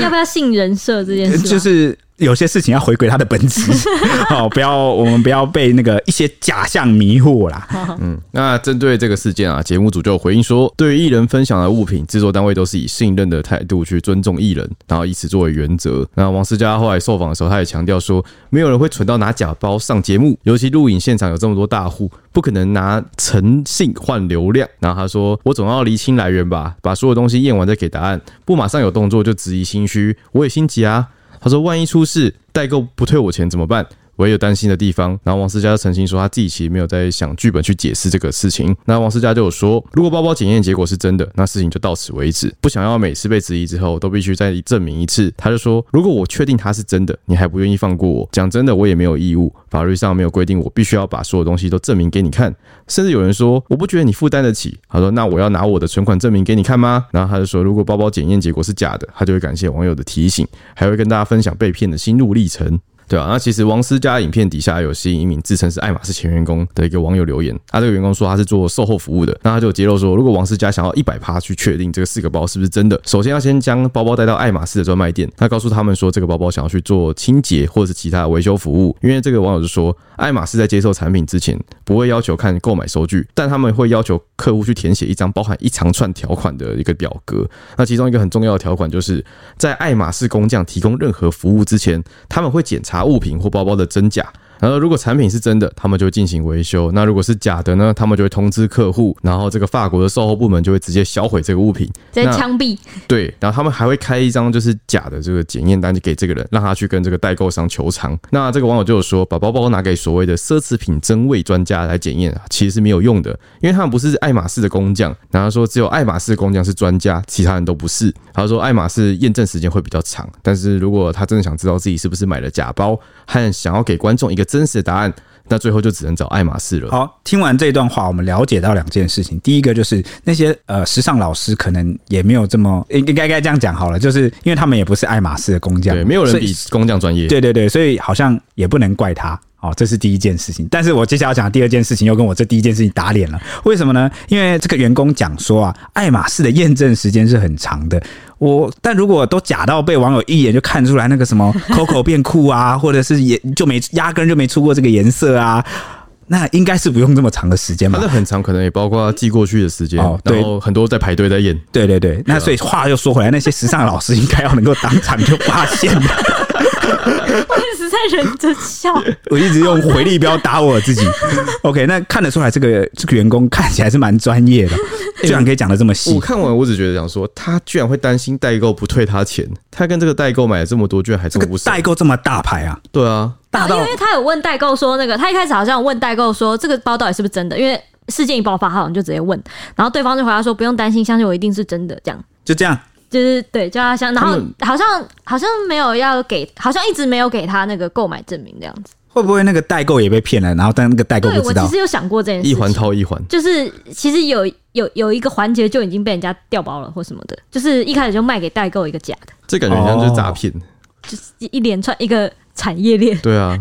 Speaker 2: 要不要信人设这件事、啊？
Speaker 1: 就是有些事情要回归它的本 质，哦，不要我们不要被那个一些假象迷惑啦。
Speaker 3: 嗯，那针对这个事件啊，节目组就有回应说，对于艺人分享的物品，制作单位都是以信任的态度去尊重艺人，然后以此作为原则。那王思佳后来受访的时候，他也强调说，没有人会蠢到拿假包上节目，尤其录影现场有这么多大户，不可能拿诚信换流量。然后他说，我总要厘清来源吧，把所有东西验完再给答案，不马上有动作就质疑心虚，我也心急啊。他说，万一出事，代购不退我钱怎么办？我也有担心的地方。然后王思佳就澄清说，他自己其实没有在想剧本去解释这个事情。那王思佳就有说，如果包包检验结果是真的，那事情就到此为止，不想要每次被质疑之后都必须再证明一次。他就说，如果我确定它是真的，你还不愿意放过我，讲真的，我也没有义务，法律上没有规定我必须要把所有东西都证明给你看。甚至有人说，我不觉得你负担得起。他说，那我要拿我的存款证明给你看吗？然后他就说，如果包包检验结果是假的，他就会感谢网友的提醒，还会跟大家分享被骗的心路历程。对啊，那其实王思佳影片底下有吸引一名自称是爱马仕前员工的一个网友留言，啊他这个员工说他是做售后服务的，那他就有揭露说，如果王思佳想要一百趴去确定这个四个包是不是真的，首先要先将包包带到爱马仕的专卖店，他告诉他们说这个包包想要去做清洁或者是其他的维修服务，因为这个网友就说，爱马仕在接受产品之前不会要求看购买收据，但他们会要求客户去填写一张包含一长串条款的一个表格，那其中一个很重要的条款就是在爱马仕工匠提供任何服务之前，他们会检查物品或包包的真假。然后，如果产品是真的，他们就会进行维修；那如果是假的呢，他们就会通知客户，然后这个法国的售后部门就会直接销毁这个物品。
Speaker 2: 直接
Speaker 3: 那
Speaker 2: 枪毙，
Speaker 3: 对，然后他们还会开一张就是假的这个检验单给这个人，让他去跟这个代购商求偿。那这个网友就有说，把包包拿给所谓的奢侈品真伪专家来检验啊，其实是没有用的，因为他们不是爱马仕的工匠。然后说只有爱马仕工匠是专家，其他人都不是。他说哎爱马仕验证时间会比较长，但是如果他真的想知道自己是不是买了假包，和想要给观众一个真实的答案，那最后就只能找爱马仕了。
Speaker 1: 好，听完这一段话，我们了解到两件事情。第一个就是那些呃时尚老师可能也没有这么应应该该这样讲好了，就是因为他们也不是爱马仕的工匠，
Speaker 3: 对，没有人
Speaker 1: 所以
Speaker 3: 比工匠专业。
Speaker 1: 对对对，所以好像也不能怪他。哦，这是第一件事情，但是我接下来要讲的第二件事情又跟我这第一件事情打脸了，为什么呢？因为这个员工讲说啊，爱马仕的验证时间是很长的，我但如果都假到被网友一眼就看出来那个什么 Coco 变酷啊，或者是也就没压根就没出过这个颜色啊，那应该是不用这么长的时间吧
Speaker 3: 它？的很长，可能也包括寄过去的时间，
Speaker 1: 哦对
Speaker 3: 然后很多在排队在验。
Speaker 1: 对对对，那所以话又说回来，那些时尚老师应该要能够当场就发现的。
Speaker 2: 我一直在忍着笑，
Speaker 1: 我一直用回力镖打我自己。OK，那看得出来这个这个员工看起来是蛮专业的，居然可以讲的这么细
Speaker 3: 哎我。看完，我只觉得想说，他居然会担心代购不退他钱，他跟这个代购买了这么多，居然还这
Speaker 1: 这
Speaker 3: 么
Speaker 1: 个
Speaker 3: 不爽
Speaker 1: 代。购这么大牌啊，
Speaker 3: 对啊，
Speaker 1: 大到
Speaker 2: 因为他有问代购说那个，他一开始好像有问代购说这个包到底是不是真的，因为事件一爆发，他好像就直接问，然后对方就回答说不用担心，相信我一定是真的，这样
Speaker 1: 就这样。
Speaker 2: 就是对叫他相，然后
Speaker 3: 他们
Speaker 2: 好像好像没有要给，好像一直没有给他那个购买证明这样子。
Speaker 1: 会不会那个代购也被骗了？然后但那个代购
Speaker 2: 对
Speaker 1: 不
Speaker 2: 我
Speaker 1: 知
Speaker 2: 其
Speaker 1: 道
Speaker 2: 实有想过这件
Speaker 3: 一
Speaker 2: 事
Speaker 3: 环
Speaker 2: 情。
Speaker 3: 套一环。
Speaker 2: 就是其实有有有一个环节就已经被人家调包了或什么的，就是一开始就卖给代购一个假的，
Speaker 3: 这感觉很像就是诈
Speaker 2: 哦
Speaker 3: 骗。
Speaker 2: 一一连串一个产业链。
Speaker 3: 对啊，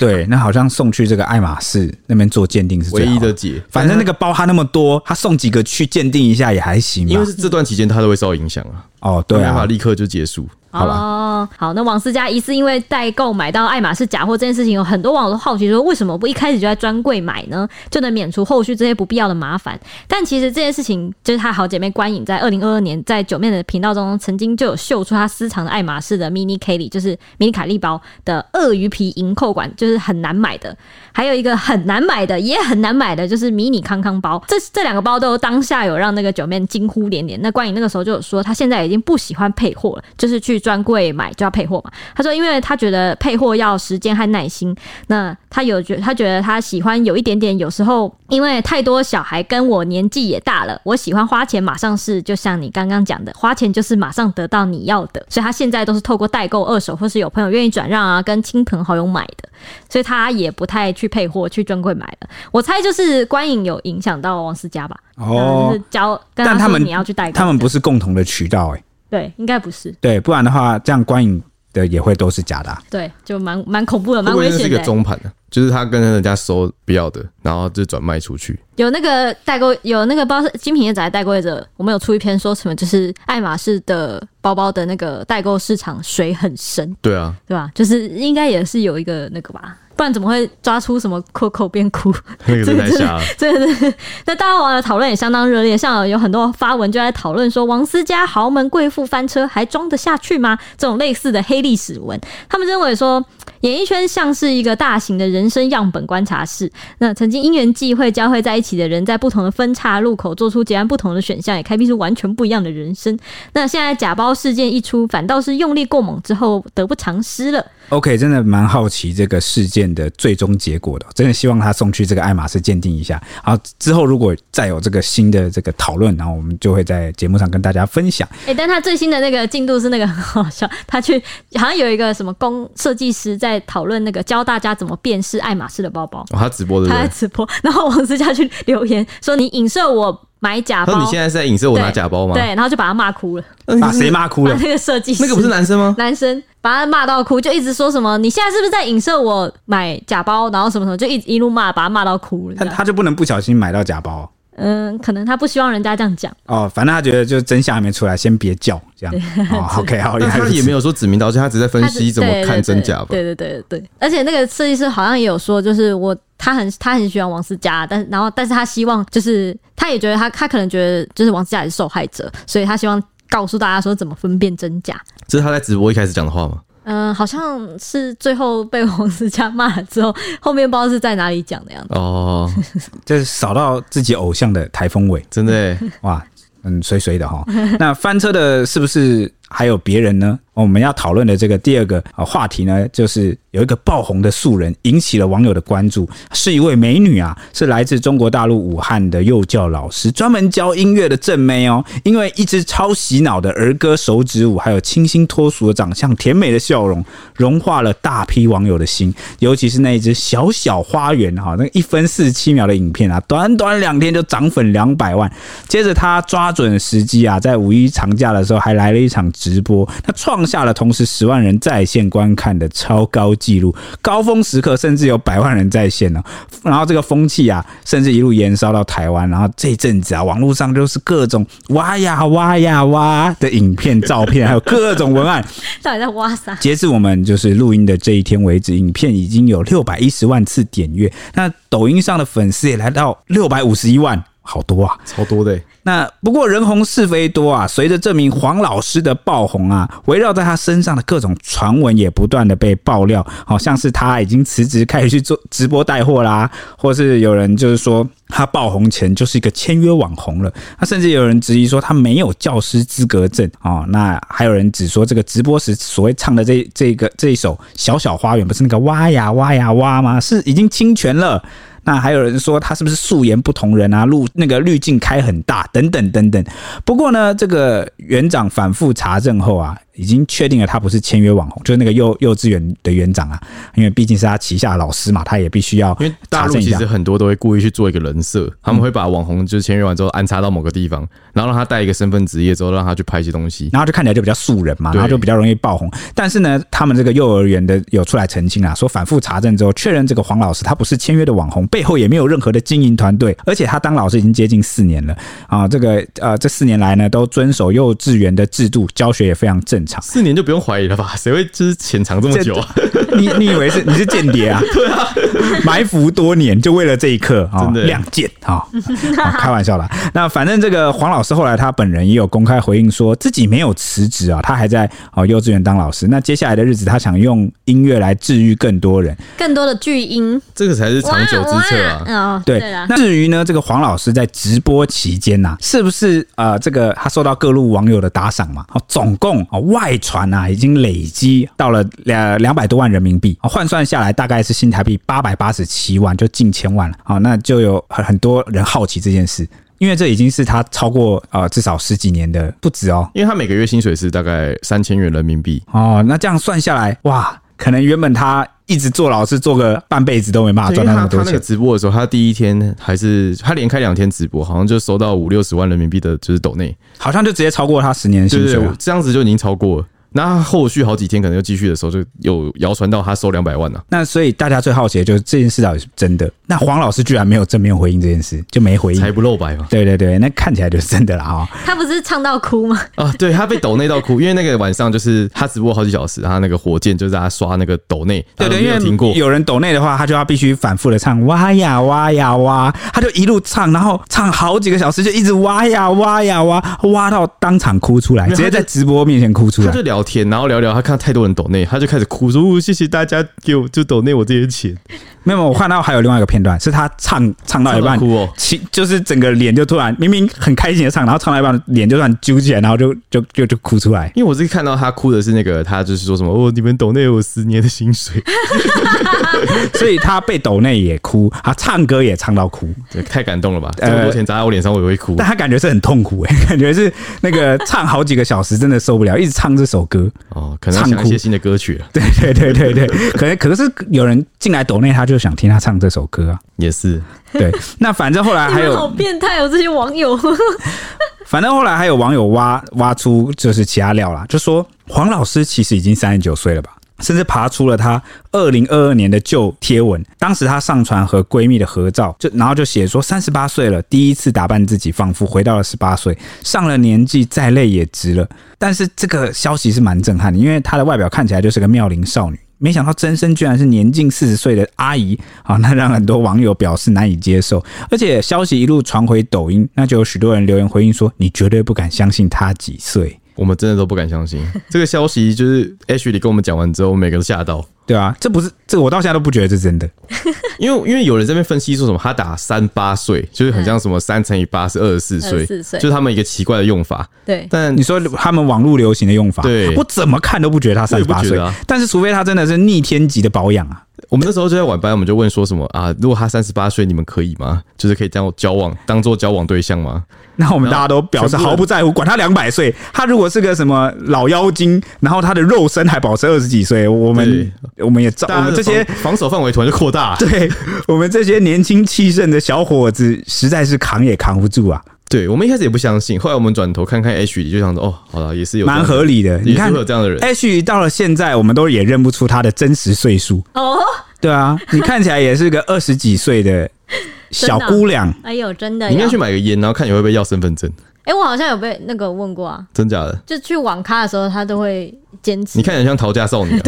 Speaker 1: 对，那好像送去这个爱马仕那边做鉴定是
Speaker 3: 唯
Speaker 1: 最好
Speaker 3: 一的。解。
Speaker 1: 反正那个包他那么多，他送几个去鉴定一下也还行
Speaker 3: 因
Speaker 1: 吧
Speaker 3: 为。是这段期间他都会受影响啊，
Speaker 1: 哦，对
Speaker 3: 没办法
Speaker 1: 啊，
Speaker 3: 立刻就结束。
Speaker 1: 好吧
Speaker 2: 哦，好，那王思佳疑似因为代购买到爱马仕假货这件事情，有很多网友都好奇说，为什么不一开始就在专柜买呢？就能免除后续这些不必要的麻烦。但其实这件事情，就是她好姐妹关颖在二零二二年在九面的频道中，曾经就有秀出她私藏的爱马仕的 mini k e l y 就是迷你凯利包的鳄鱼皮银扣管，就是很难买的。还有一个很难买的，也很难买的，就是迷你康康包。这这两个包都当下有让那个九面惊呼连连。那关颖那个时候就有说，她现在已经不喜欢配货了，就是去专柜买就要配货嘛。她说，因为她觉得配货要时间和耐心。那她有觉，她觉得她喜欢有一点点，有时候因为太多小孩跟我年纪也大了，我喜欢花钱马上是，就像你刚刚讲的，花钱就是马上得到你要的。所以她现在都是透过代购二手，或是有朋友愿意转让啊，跟亲朋好友买的。所以他也不太去配货，去专柜买了。我猜就是观影有影响到王思佳吧，然后就
Speaker 1: 哦
Speaker 2: 是，教跟
Speaker 1: 但他
Speaker 2: 他说
Speaker 1: 们
Speaker 2: 你要去代购，
Speaker 1: 他们不是共同的渠道哎、
Speaker 2: 对，应该不是，
Speaker 1: 对，不然的话，这样观影的也会都是假的啊、
Speaker 2: 对，就蛮蛮恐怖的，
Speaker 3: 会
Speaker 2: 蛮
Speaker 3: 不会
Speaker 2: 危
Speaker 3: 这是
Speaker 2: 险
Speaker 3: 一
Speaker 2: 的
Speaker 3: 个
Speaker 2: 欸、
Speaker 3: 中盘呢、啊就是他跟人家收不要的，然后就转卖出去。
Speaker 2: 有那个代购，有那个包精品业仔代购业者，我们有出一篇说什么，就是爱马仕的包包的那个代购市场水很深，
Speaker 3: 对啊，
Speaker 2: 对吧？就是应该也是有一个那个吧。不然怎么会抓出什么 Coco 变哭？
Speaker 3: 那个真的太瞎了。
Speaker 2: 对对对， 那大家网友讨论也相当热烈，像有很多发文就在讨论说，王思佳豪门贵妇翻车还装得下去吗？这种类似的黑历史文，他们认为说，演艺圈像是一个大型的人生样本观察室。那曾经因缘际会交汇在一起的人，在不同的分岔路口做出截然不同的选项，也开辟出完全不一样的人生。那现在假包事件一出，反倒是用力过猛之后得不偿失了。
Speaker 1: OK，真的蛮好奇这个事件的最终结果的，真的希望他送去这个爱马仕鉴定一下。好，之后如果再有这个新的这个讨论，然后我们就会在节目上跟大家分享。
Speaker 2: 哎、但他最新的那个进度是那个很好笑，他去好像有一个什么工设计师在讨论那个教大家怎么辨识爱马仕的包包，
Speaker 3: 哦、他直播对不
Speaker 2: 他在
Speaker 3: 对？
Speaker 2: 直播，然后王思佳去留言说你影射我买假
Speaker 3: 他说
Speaker 2: 包
Speaker 3: 你，现在是在影射我拿假包吗？
Speaker 2: 对，，然后就把他骂哭了，
Speaker 3: 嗯
Speaker 1: 把啊谁骂哭
Speaker 2: 把
Speaker 1: 了？
Speaker 2: 那个设计师
Speaker 3: 那个不是男生吗？
Speaker 2: 男生把他骂到哭，就一直说什么你现在是不是在影射我买假包，然后什么什么，就一直一路骂，把他骂到哭了
Speaker 1: 他
Speaker 2: 这样。
Speaker 1: 他就不能不小心买到假包啊
Speaker 2: 嗯，可能他不希望人家这样讲，
Speaker 1: 哦，反正他觉得就真相还没出来，先别叫这样。哦，OK，好，
Speaker 3: 但
Speaker 1: 原来
Speaker 3: 他
Speaker 1: 如此
Speaker 3: 也没有说指名道姓，他只是在分
Speaker 2: 他
Speaker 3: 析
Speaker 2: 是
Speaker 3: 怎么
Speaker 2: 对对
Speaker 3: 看
Speaker 2: 对
Speaker 3: 真假吧。
Speaker 2: 对对对对对，而且那个设计师好像也有说，就是我他很他很喜欢王思佳，但是然后但是他希望就是他也觉得他他可能觉得就是王思佳也是受害者，所以他希望告诉大家说怎么分辨真假。
Speaker 3: 这是他在直播一开始讲的话吗？
Speaker 2: 嗯、好像是最后被王思佳骂了之后，后面不知道是在哪里讲的样子。
Speaker 3: 哦，
Speaker 1: 就是扫到自己偶像的台风尾，
Speaker 3: 真的欸，
Speaker 1: 哇，嗯，水水的哈。那翻车的是不是还有别人呢？哦我们要讨论的这个第二个啊话题呢，就是有一个爆红的素人引起了网友的关注，是一位美女啊，是来自中国大陆武汉的幼教老师，专门教音乐的正妹哦。因为一支超洗脑的儿歌手指舞，还有清新脱俗的长相、甜美的笑容，融化了大批网友的心，尤其是那一只小小花园哈、那个一分四十七秒的影片啊，短短两天就涨粉两百万。接着他抓准时机啊，在五一长假的时候还来了一场直播，他创下了同时十万人在线观看的超高纪录，高峰时刻甚至有百万人在线呢、哦然后这个风气啊，甚至一路延烧到台湾。然后这一阵子啊，网络上就是各种挖呀挖呀挖的影片、照片，还有各种文案。
Speaker 2: 到底在挖啥？
Speaker 1: 截至我们就是录音的这一天为止，影片已经有六百一十万次点阅，那抖音上的粉丝也来到六百五十一万，好多啊！
Speaker 3: 超多的、欸，
Speaker 1: 那不过人红是非多啊，随着这名黄老师的爆红啊，围绕在他身上的各种传闻也不断的被爆料，好、像是他已经辞职开始去做直播带货啦，或是有人就是说他爆红前就是一个签约网红了，那甚至有人质疑说他没有教师资格证哦，那还有人只说这个直播时所谓唱的这这个这一首《小小花园》不是那个挖呀挖呀挖吗？是已经侵权了。那还有人说他是不是素颜不同人啊？路那个滤镜开很大，等等等等。不过呢，这个园长反复查证后啊，已经确定了他不是签约网红，就是那个幼幼稚园的园长啊，因为毕竟是他旗下的老师嘛，他也必须要
Speaker 3: 因为大
Speaker 1: 查
Speaker 3: 陆
Speaker 1: 证一
Speaker 3: 其
Speaker 1: 下嗯
Speaker 3: 实。很多都会故意去做一个人设，他们会把网红就是签约完之后安插到某个地方，然后让他带一个身份职业之后，让他去拍一些东西。
Speaker 1: 然后就看起来就比较素人嘛，
Speaker 3: 对
Speaker 1: 然后就比较容易爆红。但是呢，他们这个幼儿园的有出来澄清啊，说反复查证之后，确认这个黄老师他不是签约的网红，背后也没有任何的经营团队，而且他当老师已经接近四年了啊。这个呃，这四年来呢，都遵守幼稚园的制度，教学也非常正常。
Speaker 3: 四年就不用怀疑了吧？谁 会就是潜藏这么久啊？
Speaker 1: 你你以为是你是间谍啊？对啊，埋伏多年就为了这一刻啊、
Speaker 3: 真的
Speaker 1: 亮剑啊、啊开玩笑啦。那反正这个黄老师后来他本人也有公开回应说自己没有辞职啊，他还在哦幼稚园当老师。那接下来的日子，他想用音乐来治愈更多人。
Speaker 2: 更多的巨婴，
Speaker 3: 这个才是长久之策啊！
Speaker 2: 啊！哦，
Speaker 1: 对，
Speaker 2: 啦，
Speaker 1: 那至于呢，这个黄老师在直播期间呐、是不是呃，这个他受到各路网友的打赏嘛？哦，总共哦外传呐、已经累积到了两两百多万人民币，哦换算下来大概是新台币八百八十七万，就近千万了。哦，那就有很很多人好奇这件事。因为这已经是他超过呃至少十几年的不止哦，
Speaker 3: 因为他每个月薪水是大概三千元人民币，
Speaker 1: 哦，那这样算下来，哇，可能原本他一直做老师做个半辈子都没办法
Speaker 3: 对因
Speaker 1: 啊赚到
Speaker 3: 为
Speaker 1: 那
Speaker 3: 他
Speaker 1: 么
Speaker 3: 他
Speaker 1: 多
Speaker 3: 那
Speaker 1: 钱
Speaker 3: 个。直播的时候，他第一天还是他连开两天直播，好像就收到五六十万人民币的，就是抖内，
Speaker 1: 好像就直接超过他十年的
Speaker 3: 对
Speaker 1: 薪
Speaker 3: 对
Speaker 1: 水了
Speaker 3: 对，。这样子就已经超过了。那后续好几天可能又继续的时候，就有谣传到他收两百万啊了、
Speaker 1: 那所以大家最好奇的就是这件事到底是真的？那黄老师居然没有正面回应这件事，就没回
Speaker 3: 财
Speaker 1: 应。
Speaker 3: 不露白嘛。
Speaker 1: 对对对，那看起来就是真的啦哈、
Speaker 2: 他不是唱到哭吗？
Speaker 3: 啊，对他被抖内到哭，因为那个晚上就是他直播好几小时，他那个火箭就在他刷那个抖内，
Speaker 1: 对对，
Speaker 3: 他都没有停
Speaker 1: 因
Speaker 3: 过
Speaker 1: 为。呃有人抖内的话，他就要必须反复的唱哇呀哇呀哇，他就一路唱，然后唱好几个小时，就一直哇呀哇呀哇，哇到当场哭出来，
Speaker 3: 没有
Speaker 1: 直接在直播面前哭出
Speaker 3: 他
Speaker 1: 来
Speaker 3: 就。聊天，然后聊聊，他看到太多人抖内，他就开始哭说：“哦谢谢大家给我就抖内我这些钱。
Speaker 1: 没有，我看到还有另外一个片段，是他唱唱到一半
Speaker 3: 唱到哭哦
Speaker 1: 其就是整个脸就突然明明很开心的唱，然后唱到一半脸就突然揪起来，然后就就就就哭出来”。
Speaker 3: 因为我是看到他哭的是那个，他就是说什么：“哦，你们抖内我十年的薪水，
Speaker 1: 所以他被抖内也哭，他唱歌也唱到哭，
Speaker 3: 对太感动了吧？这
Speaker 1: 呃
Speaker 3: 么多钱砸在我脸上，我也会哭。
Speaker 1: 但他感觉是很痛苦哎、 感觉是那个唱好几个小时真的受不了，一直唱这首歌。
Speaker 3: 哦，可能要
Speaker 1: 唱
Speaker 3: 想一
Speaker 1: 哭
Speaker 3: 些新的歌曲了，
Speaker 1: 对对对对对，可能可是有人进来抖内，他就想听他唱这首歌啊。
Speaker 3: 也是
Speaker 1: 对，那反正后来
Speaker 2: 你
Speaker 1: 还
Speaker 2: 们好
Speaker 1: 有，
Speaker 2: 变态哦，这些网友。
Speaker 1: 反正后来还有网友挖挖出就是其他料啦，就说黄老师其实已经三十九岁了吧。甚至爬出了他二零二二年的旧贴文，当时她上传和闺蜜的合照，就然后就写说三十八岁了，第一次打扮自己，仿佛回到了十八岁，上了年纪再累也值了。但是这个消息是蛮震撼的，因为她的外表看起来就是个妙龄少女。没想到真身居然是年近四十岁的阿姨啊，那让很多网友表示难以接受。而且消息一路传回抖音，那就有许多人留言回应说：“你绝对不敢相信她几岁。”
Speaker 3: 我们真的都不敢 相信这个消息。就是 H 里跟我们讲完之后，我们每个都吓到，
Speaker 1: 对啊，这不是这个我到现在都不觉得是真的。
Speaker 3: 因为因为有人在那边分析说什么他打三八岁，就是很像什么三乘以八是二十四岁，
Speaker 2: 24岁
Speaker 3: 就是他们一个奇怪的用法。
Speaker 2: 对，
Speaker 3: 但
Speaker 1: 你说他们网络流行的用法，
Speaker 3: 嗯对
Speaker 1: 我怎么看都不觉得他
Speaker 3: 我
Speaker 1: 三
Speaker 3: 也
Speaker 1: 十
Speaker 3: 不
Speaker 1: 八
Speaker 3: 觉
Speaker 1: 岁
Speaker 3: 得啊，
Speaker 1: 但是除非他真的是逆天级的保养啊，
Speaker 3: 我们那时候就在晚班，我们就问说什么啊，如果他三十八岁，你们可以吗？就是可以这样交往，当做交往对象吗？
Speaker 1: 那我们大家都表示
Speaker 3: 全部人
Speaker 1: 毫不在乎，管他两百岁，他如果是个什么老妖精，然后他的肉身还保持二十几岁，我们我们也照，我
Speaker 3: 大家
Speaker 1: 们
Speaker 3: 的
Speaker 1: 这些
Speaker 3: 防防守范围突然就扩大、
Speaker 1: 对我们这些年轻气盛的小伙子，实在是扛也扛不住啊，
Speaker 3: 对，我们一开始也不相信，后来我们转头看看 H，里就想说，哦，好了，也是有这样
Speaker 1: 蛮
Speaker 3: 的
Speaker 1: 合理的。
Speaker 3: 也
Speaker 1: 你
Speaker 3: 是
Speaker 1: 看哎
Speaker 3: 会有这样的人。
Speaker 1: H 到了现在，我们都也认不出他的真实岁数，
Speaker 2: 哦，
Speaker 1: 对 啊，你看起来也是个二十几岁的小姑娘，
Speaker 2: 哎呦，真的
Speaker 3: 你应该
Speaker 2: 呀
Speaker 3: 去！买个烟，然后看你会不会要身份证，
Speaker 2: 哎、我好像有被那个问过啊，
Speaker 3: 真假的？
Speaker 2: 就去网咖的时候，他都会坚持
Speaker 3: 你。看起来像逃家少女、啊，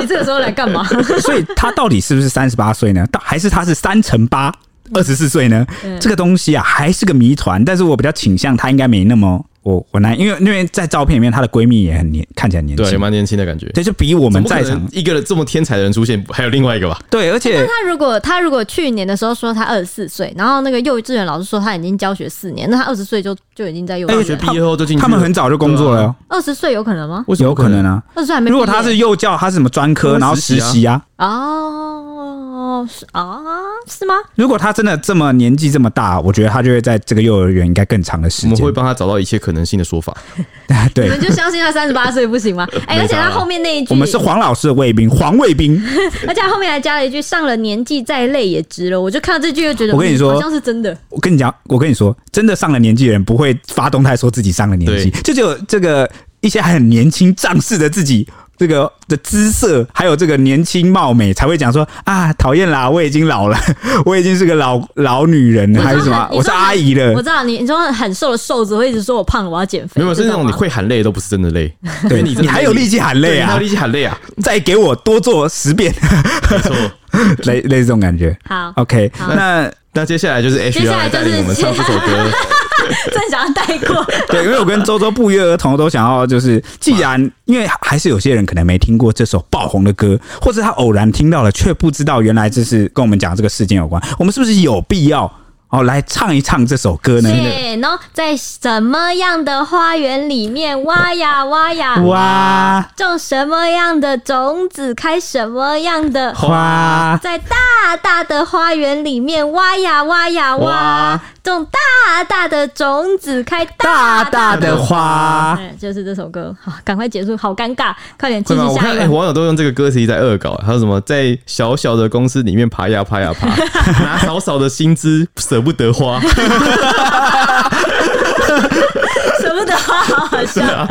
Speaker 2: 你这个时候来 干嘛？
Speaker 1: 所以他到底是不是三十八岁呢？到还是他是三乘八二十四岁呢？
Speaker 2: 嗯
Speaker 1: 这个东西啊，还是个谜团。但是我比较倾向他应该没那么我我难，因为因为在照片里面，她的闺蜜也很年，看起来年
Speaker 3: 对，也
Speaker 1: 轻，
Speaker 3: 蛮年轻的感觉。
Speaker 1: 对，就比我
Speaker 3: 我
Speaker 1: 们在场，
Speaker 3: 一个人这么天才的人出现，还有另外一个吧？
Speaker 1: 对，而
Speaker 3: 哎
Speaker 1: 且
Speaker 2: 他如果他如果去年的时候说他二十四岁，然后那个幼稚园老师说他已经教学四年，那他二十岁就就已经
Speaker 1: 哎
Speaker 2: 在幼
Speaker 3: 大
Speaker 2: 稚
Speaker 3: 学
Speaker 2: 园
Speaker 3: 毕，业后就进去了
Speaker 1: 他们很早就工作了哦，
Speaker 2: 二十岁有可能吗？
Speaker 3: 为什么
Speaker 1: 有可能啊。
Speaker 2: 二十岁还没毕业。
Speaker 1: 如果他是幼教，他是什么专科，
Speaker 3: 他们
Speaker 1: 然后
Speaker 3: 实
Speaker 1: 实
Speaker 3: 习啊
Speaker 1: 习啊。
Speaker 2: 哦是啊是吗？
Speaker 1: 如果他真的这么年纪这么大，我觉得他就会在这个幼儿园应该更长的时
Speaker 3: 我们会
Speaker 1: 间。
Speaker 3: 帮他找到一切可能性的说法。
Speaker 2: 你
Speaker 1: 对，
Speaker 2: 们就相信他三十八岁不行 吗？哎、
Speaker 3: 没
Speaker 2: 而且
Speaker 3: 差
Speaker 2: 他
Speaker 3: 啦
Speaker 2: 后面那一句，
Speaker 1: 我们是黄老师的卫兵，黄卫兵。
Speaker 2: 而且他后面还加了一句“上了年纪再累也值了”，我就看到这句就觉得，
Speaker 1: 我跟你说
Speaker 2: 嗯好像是真的。
Speaker 1: 我跟你讲，我跟你说，真的上了年纪的人不会发动态说自己上了年纪，就只有这个一些还很年轻仗势的自己。这个的姿色，还有这个年轻貌美，才会讲说啊，讨厌啦，我已经老了， 我已经是个老老女人了，
Speaker 2: 我知道
Speaker 1: 还是什么，啊
Speaker 2: 你
Speaker 1: 我
Speaker 2: 你
Speaker 1: 是
Speaker 2: 说
Speaker 1: 阿姨
Speaker 2: 我
Speaker 1: 了，
Speaker 2: 知道你，你说很瘦的瘦子会一直说我胖了，我要减肥，
Speaker 3: 没有，是那种
Speaker 2: 这
Speaker 3: 你
Speaker 2: 吗
Speaker 3: 会喊累都不是真的累，
Speaker 1: 对你你还有力气喊累
Speaker 3: 对你还
Speaker 1: 啊
Speaker 3: 有，力气喊累啊，
Speaker 1: 再给我多做十遍，
Speaker 3: 没错。
Speaker 1: 类类似这种感觉。
Speaker 2: 好，
Speaker 1: OK，
Speaker 2: 好
Speaker 1: 那
Speaker 3: 那接下来就是 H
Speaker 2: 接
Speaker 3: 要
Speaker 2: 下来
Speaker 3: 来
Speaker 2: 就
Speaker 3: 带
Speaker 2: 是
Speaker 3: 领我们唱这首歌，
Speaker 2: 正想要带过，
Speaker 1: 对，因为我跟周周不约而同都想要，就是既然因为还是有些人可能没听过这首爆红的歌，或者他偶然听到了却不知道原来这是跟我们讲这个事件有关，我们是不是有必要哦来唱一唱这首歌呢？
Speaker 2: 对，然后在什么样的花园里面挖呀挖呀，
Speaker 1: 哇
Speaker 2: 种什么样的种子，开什么样的
Speaker 1: 花，
Speaker 2: 在大大的花园里面挖呀挖呀挖
Speaker 3: 哇，
Speaker 2: 种大大的种子，开
Speaker 1: 大
Speaker 2: 大
Speaker 1: 大的
Speaker 2: 的。
Speaker 1: 花，
Speaker 2: 哎，就是这首歌，好，赶快结束，好尴尬，快点继
Speaker 3: 会
Speaker 2: 续
Speaker 3: 吗？我
Speaker 2: 下
Speaker 3: 看
Speaker 2: 一
Speaker 3: 哎，
Speaker 2: 个。
Speaker 3: 网友都用这个歌词在恶搞，还有什么在小小的公司里面爬呀爬呀爬，拿少少的薪资舍不得花，
Speaker 2: 舍不得花，好好笑。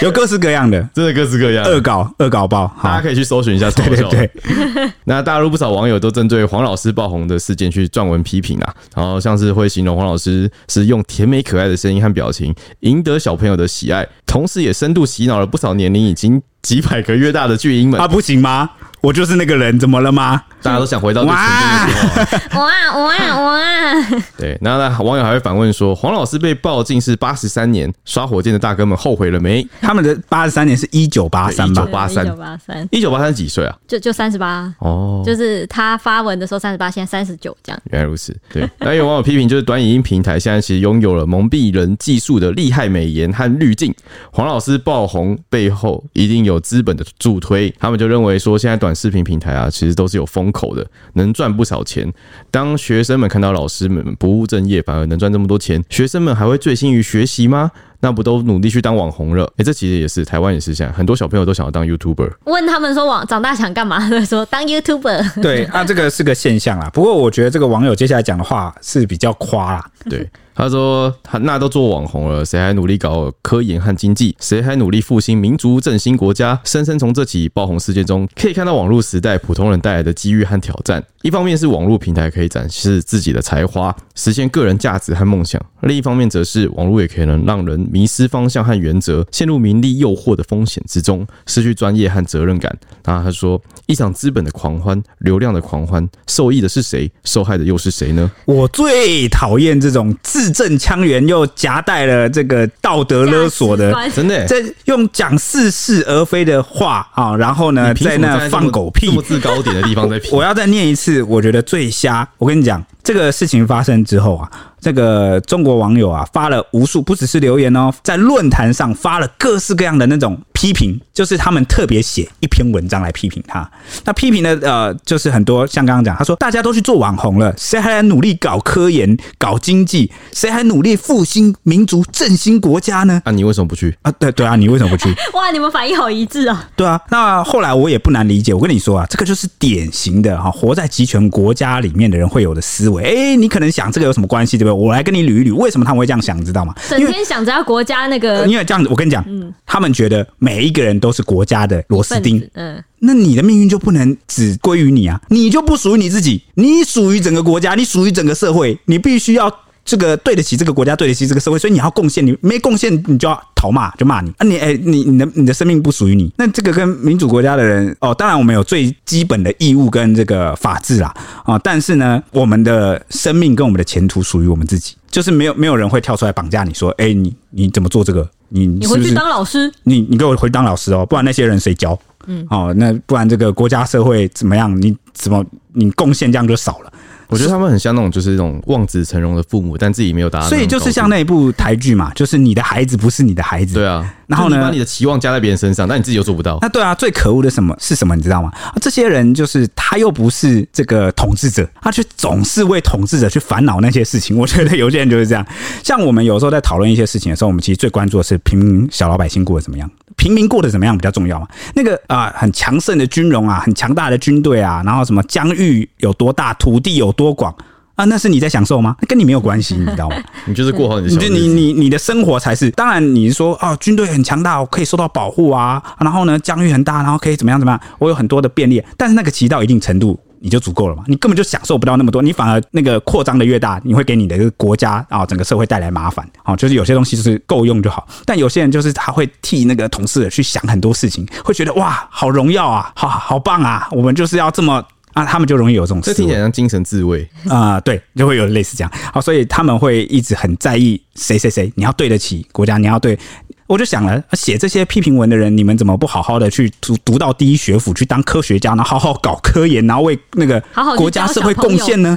Speaker 1: 有各式各样的
Speaker 3: 真的各式各样。
Speaker 1: 恶搞，恶搞爆，
Speaker 3: 嗯大
Speaker 1: 好
Speaker 3: 家，可以去搜寻一下，对
Speaker 1: 对 对对。
Speaker 3: 那大陆不少网友都针对黄老师爆红的事件去撰文批评啊，然后像是会形容黄老师是用甜美可爱的声音和表情赢得小朋友的喜爱，同时也深度洗脑了不少年龄已经几百个月大的巨婴们
Speaker 1: 啊，，不行吗？我就是那个人，怎么了吗？
Speaker 3: 大家都想回到最纯真的时候啊。
Speaker 2: 哇哇哇！
Speaker 3: 对，那那网友还会反问说，黄老师被曝竟是八十三年刷火箭的大哥们后悔了没？
Speaker 1: 他们的八十三年是一九八三吧
Speaker 3: 对？1983
Speaker 2: 一九八三，
Speaker 3: 一九八三几岁啊？
Speaker 2: 就就三十八，
Speaker 3: 哦，
Speaker 2: 就是他发文的时候三十八，现在三十九这样。
Speaker 3: 原来如此，对。那有网友批评，就是短影音平台现在其实拥有了蒙蔽人技术的厉害美颜和滤镜。黄老师爆红背后一定有资本的助推，他们就认为说，现在短视频平台啊，其实都是有风口的，能赚不少钱。当学生们看到老师们不务正业，反而能赚这么多钱，学生们还会醉心于学习吗？那不都努力去当网红了？诶、这其实也是台湾也是这样，很多小朋友都想要当 YouTuber。
Speaker 2: 问他们说往长大想干嘛？他们说当 YouTuber。
Speaker 1: 对啊，这个是个现象啦。不过我觉得这个网友接下来讲的话是比较夸啦，
Speaker 3: 对，他说他那都做网红了，谁还努力搞科研和经济？谁还努力复兴民族振兴国家？深深从这起爆红事件中，可以看到网络时代普通人带来的机遇和挑战。一方面是网络平台可以展示自己的才华，实现个人价值和梦想；另一方面则是网络也可能让人迷失方向和原则，陷入名利诱惑的风险之中，失去专业和责任感。然后他说，一场资本的狂欢，流量的狂欢，受益的是谁？受害的又是谁呢？
Speaker 1: 我最讨厌这种字正腔圆又夹带了这个道德 勒索的，
Speaker 2: 价值 观
Speaker 3: 真的、欸，
Speaker 1: 这用讲似是而非的话啊、然后呢，
Speaker 3: 你凭
Speaker 1: 在
Speaker 3: 什么
Speaker 1: 那
Speaker 3: 这么
Speaker 1: 放狗屁
Speaker 3: 这。么制高点的地 方在评
Speaker 1: 我？要再念一次，我觉得最瞎。我跟你讲，这个事情发生之后啊，这个中国网友啊发了无数，不只是留言哦，在论坛上发了各式各样的那种批评，就是他们特别写一篇文章来批评他。那批评的呃，就是很多像刚刚讲，他说大家都去做网红了，谁还来努力搞科研、搞经济？谁还努力复兴民族、振兴国家呢？
Speaker 3: 啊，你为什么不去？
Speaker 1: 啊，对对啊，你为什么不去？
Speaker 2: 哇，你们反应好一致哦！
Speaker 1: 对啊，那后来我也不难理解。我跟你说啊，这个就是典型的哈，活在集权国家里面的人会有的思维。哎、你可能想这个有什么关系，对不对？我来跟你捋一捋，为什么他们会这样想，你知道吗？
Speaker 2: 整
Speaker 1: 因为
Speaker 2: 天想着要国家那个
Speaker 1: 因为这样子，我跟你讲，他们觉得每一个人都是国家的螺丝
Speaker 2: 分
Speaker 1: 钉
Speaker 2: 子，，嗯，
Speaker 1: 那你的命运就不能只归于你啊，你就不属于你自己，你属于整个国家，你属于整个社会，你必须要。这个对得起这个国家，对得起这个社会，所以你要贡献，你没贡献你就要讨骂，就骂你啊你！哎、你你的你的生命不属于你，那这个跟民主国家的人哦，当然我们有最基本的义务跟这个法治啦啊、哦但是呢，我们的生命跟我们的前途属于我们自己，就是没有没有人会跳出来绑架你说，哎、你你怎么做这个？你你
Speaker 2: 你
Speaker 1: 是不
Speaker 2: 回
Speaker 1: 是
Speaker 2: 去当老师，
Speaker 1: 你你给我回去当老师哦，不然那些人谁教？嗯，哦，那不然这个国家社会怎么样？你怎么你贡献这样就少了？
Speaker 3: 我觉得他们很像那种就是那种望子成龙的父母，但自己没有达到种
Speaker 1: 所
Speaker 3: 啊高度。
Speaker 1: 以就是像那一部台剧嘛，就是你的孩子不是你的孩子。
Speaker 3: 对啊，
Speaker 1: 然后呢
Speaker 3: 就你把你的期望加在别人身上，但你自己又做不到。
Speaker 1: 那对啊，最可恶的什么是什么？你知道吗？啊这些人就是他又不是这个统治者，他却总是为统治者去烦恼那些事情。我觉得有些人就是这样。像我们有时候在讨论一些事情的时候，我们其实最关注的是平民小老百姓过得怎么样，平民过得怎么样比较重要嘛。那个啊、很强盛的军容啊，很强大的军队啊，然后什么疆域有多大，土地有多广。啊，那是你在享受吗？那跟你没有关系，你知道吗？
Speaker 3: 你就是过好你的
Speaker 1: 你
Speaker 3: 小
Speaker 1: 就
Speaker 3: 日
Speaker 1: 你
Speaker 3: 子。
Speaker 1: 你你的生活才是。当然，你说啊、军队很强大，我可以受到保护啊，然后呢，疆域很大，然后可以怎么样怎么样，我有很多的便利。但是那个其实到一定程度。你就足够了嘛？你根本就享受不到那么多，你反而那个扩张的越大，你会给你的这个国家啊、整个社会带来麻烦啊、就是有些东西就是够用就好，但有些人就是他会替那个同事去想很多事情，会觉得哇，好荣耀啊，好好棒啊，我们就是要这么啊，他们就容易有这种思
Speaker 3: 这
Speaker 1: 维。
Speaker 3: 听起来像精神自卫，
Speaker 1: 啊、对，就会有类似这样。好，所以他们会一直很在意谁谁谁，你要对得起国家，你要对。我就想了，啊写这些批评文的人，你们怎么不好好的去读读到第一学府，去当科学家，然后好好搞科研，然后为那个
Speaker 2: 好好去
Speaker 1: 国家
Speaker 2: 教
Speaker 1: 社
Speaker 2: 小
Speaker 1: 会
Speaker 2: 朋
Speaker 1: 贡
Speaker 2: 友
Speaker 1: 献 呢？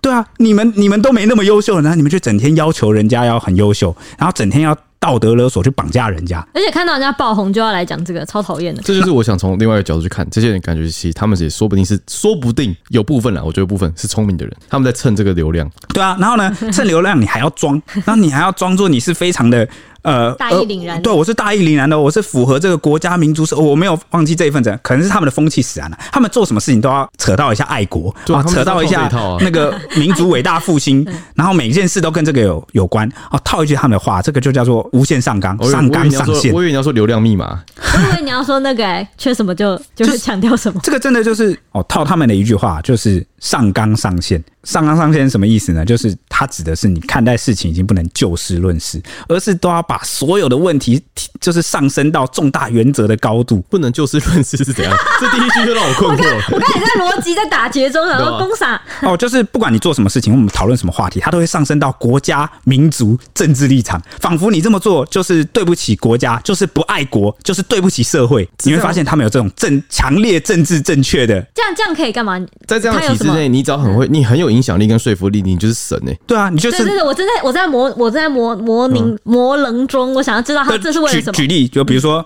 Speaker 1: 对啊，你们你们都没那么优秀了，然后你们却整天要求人家要很优秀，然后整天要道德勒索去绑架人家。
Speaker 2: 而且看到人家爆红就要来讲这个，超讨厌的。
Speaker 3: 这就是我想从另外一个角度去看，这些人感觉其实他们也说不定是，说不定有部分啦，我觉得部分是聪明的人，他们在蹭这个流量，
Speaker 1: 对啊，然 后呢，蹭流量你还要装，然后你还要装作你是非常的呃
Speaker 2: 大义凛然的
Speaker 1: 呃对，我是大义凛然的，我是符合这个国家民族是，我没有忘记这一份责任，可能是他们的风气使然了、啊他们做什么事情都要扯到一下爱国，
Speaker 3: 对他们
Speaker 1: 扯到一下
Speaker 3: 就是要套这
Speaker 1: 那
Speaker 3: 一套啊
Speaker 1: 个民族伟大复 兴，
Speaker 2: 嗯
Speaker 1: 然后每件事都跟这个有有关啊，套一句他们的话，这个就叫做无限上纲
Speaker 3: 哦我，以为
Speaker 1: 上
Speaker 3: 我以为
Speaker 1: 纲
Speaker 3: 你要
Speaker 1: 上
Speaker 3: 说，
Speaker 1: 线
Speaker 3: 我。以为你要说流量密码，
Speaker 2: 我以为你要说那个、欸，缺什么就就是强调什么。
Speaker 1: 这个真的就是哦，套他们的一句话，就是上纲上线。上纲上线是什么意思呢？就是它指的是你看待事情已经不能就事论事，而是都要把所有的问题提就是上升到重大原则的高度。
Speaker 3: 不能就事论事是怎样？这第一句就让我困惑。
Speaker 2: 我刚才在哎逻辑在打结中，然
Speaker 3: 对
Speaker 2: 后
Speaker 3: 啊
Speaker 2: 公傻，
Speaker 1: 哦，就是不管你做什么事情，我们讨论什么话题，它都会上升到国家、民族、政治立场，仿佛你这么做就是对不起国家，就是不爱国，就是对不起社会。你会发现他们有这种政强烈政治正确的
Speaker 2: 这样这样可以干嘛？
Speaker 3: 在这样的
Speaker 2: 他有
Speaker 3: 体
Speaker 2: 什
Speaker 3: 制
Speaker 2: 么
Speaker 3: 内，你只要很会，你很有影响力跟说服力，你就是嗯神哎、
Speaker 1: 对啊，你就
Speaker 2: 对对
Speaker 1: 是。
Speaker 2: 对，我正在我在模我在模模棱模棱中，我想要知道他啊这是为了什么
Speaker 1: 举举。例，就比如说。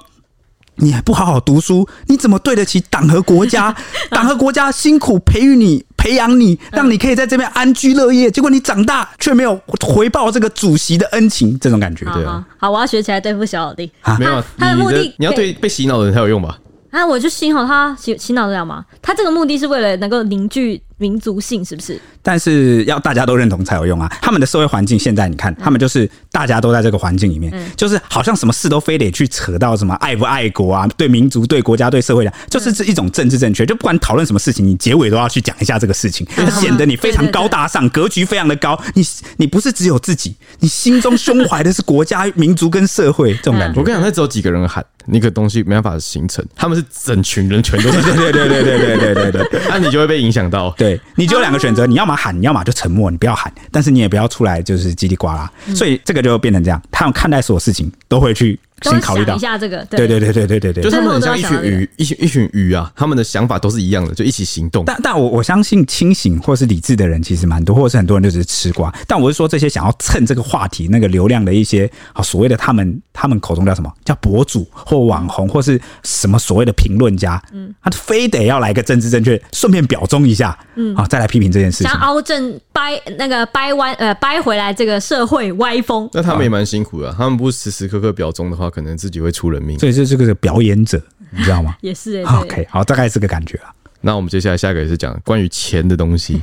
Speaker 1: 你还不好好读书，你怎么对得起党和国家？
Speaker 2: 嗯
Speaker 1: 党和国家辛苦培育你、培养你，让你可以在这边安居乐业。结果你长大却没有回报这个主席的恩情，这种感觉。
Speaker 2: 好
Speaker 3: 对
Speaker 2: 好
Speaker 3: 啊
Speaker 2: 好，我要学起来对付小老弟。
Speaker 1: 啊
Speaker 3: 没有啊，
Speaker 2: 他的
Speaker 3: 你
Speaker 2: 目的
Speaker 3: 的你要对被洗脑的人才有用吧？
Speaker 2: 啊，我就幸好他洗洗脑得了嘛。他这个目的是为了能够凝聚民族性，是不是？
Speaker 1: 但是要大家都认同才有用啊。他们的社会环境现在你看，他们就是大家都在这个环境里面，就是好像什么事都非得去扯到什么爱不爱国啊，对民族、对国家、对社会的，就是这一种政治正确。就不管讨论什么事情，你结尾都要去讲一下这个事情，
Speaker 2: 嗯
Speaker 1: 显得你非常高大上，格局非常的高。你你不是只有自己，你心中胸怀的是国家、 民族跟社会这种感觉
Speaker 3: 我。跟你讲，那只有几个人喊，那个东西没办法形成，他们是整群人全都是，
Speaker 1: 对对对对对对对对。
Speaker 3: 那、你就会被影响到。
Speaker 1: 对你就有两个选
Speaker 2: 哦
Speaker 1: 择，你要么喊，你要么就沉默，你不要喊，但是你也不要出来就是叽里呱啦。
Speaker 2: 嗯
Speaker 1: 所以这个就变成这样，他们看待所有事情都会去
Speaker 2: 都会
Speaker 1: 先考虑
Speaker 2: 想
Speaker 1: 到
Speaker 2: 一。下这个，
Speaker 1: 对对对对对对
Speaker 3: 就
Speaker 1: 对。
Speaker 3: 是他们很像一群
Speaker 2: 最后都要想到
Speaker 3: 鱼，一群一群鱼啊，他们的想法都是一样的，就一起行动。
Speaker 1: 但但我我相信清醒或是理智的人其实蛮多，或是很多人就只是吃瓜。但我是说这些想要蹭这个话题那个流量的一些啊所谓的他们他们口中叫什么叫博主或网红或是什么所谓的评论家，嗯，他非得要来个政治正确，顺便表忠一下，嗯，啊再来批评这件事情
Speaker 2: 想。凹正掰那个掰弯呃掰回来这个社会歪风，
Speaker 3: 那他们也蛮辛苦的啊、他们不时时刻刻表忠的话，可能自己会出人命。
Speaker 1: 所以这这个是表演者，你知道吗？
Speaker 2: 也是
Speaker 3: 啊
Speaker 2: 哎、对
Speaker 1: OK，好，大概是个感觉啊。
Speaker 3: 那我们接下来下一个也是讲关于钱的东西，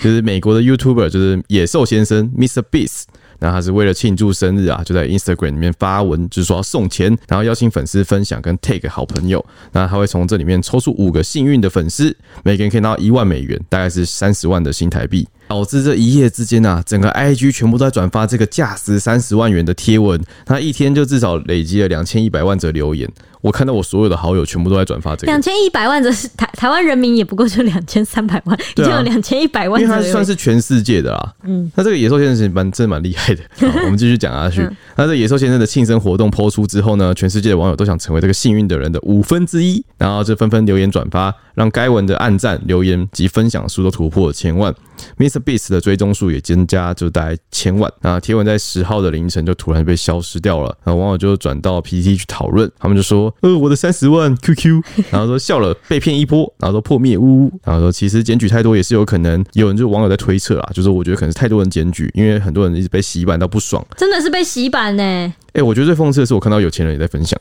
Speaker 3: 就是美国的 YouTuber 就是野兽先生 Mr Beast，那他是为了庆祝生日啊，就在 Instagram 里面发文，就是说要送钱，然后邀请粉丝分享跟 tag 好朋友，那他会从这里面抽出五个幸运的粉丝，每个人可以拿到一万美元，大概是三十万的新台币。导致这一夜之间啊，整个 IG 全部都在转发这个价值三十万元的贴文，那一天就至少累积了两千一百万则留言。我看到我所有的好友全部都在转发这个，
Speaker 2: 两千一百万则是台台湾人民也不过就两千三百万，已
Speaker 3: 对
Speaker 2: 经
Speaker 3: 啊
Speaker 2: 有两千一百万
Speaker 3: 因为
Speaker 2: 左
Speaker 3: 它
Speaker 2: 右
Speaker 3: 算是全世界的啦。嗯，那这个野兽先生是蛮真的蛮厉害的。好，我们继续讲下去。 那这野兽先生的庆生活动抛出之后呢，全世界的网友都想成为这个幸运的人的五分之一，然后就纷纷留言转发，让该文的按赞、留言及分享数都突破了千万。Mr. Beast 的追踪数也增加，就大概千万。那贴文在十号的凌晨就突然被消失掉了，然后网友就转到 PPT 去讨论，他们就说：“呃，我的三十万 QQ。”然后说笑了，被骗一波，然后说破灭呜呜，然后说其实检举太多也是有可能，有人就网友在推测啦，就是我觉得可能是太多人检举，因为很多人一直被洗版到不爽。
Speaker 2: 真的是被洗版呢、
Speaker 3: 哎、我觉得最讽刺的是，我看到有钱人也在分享，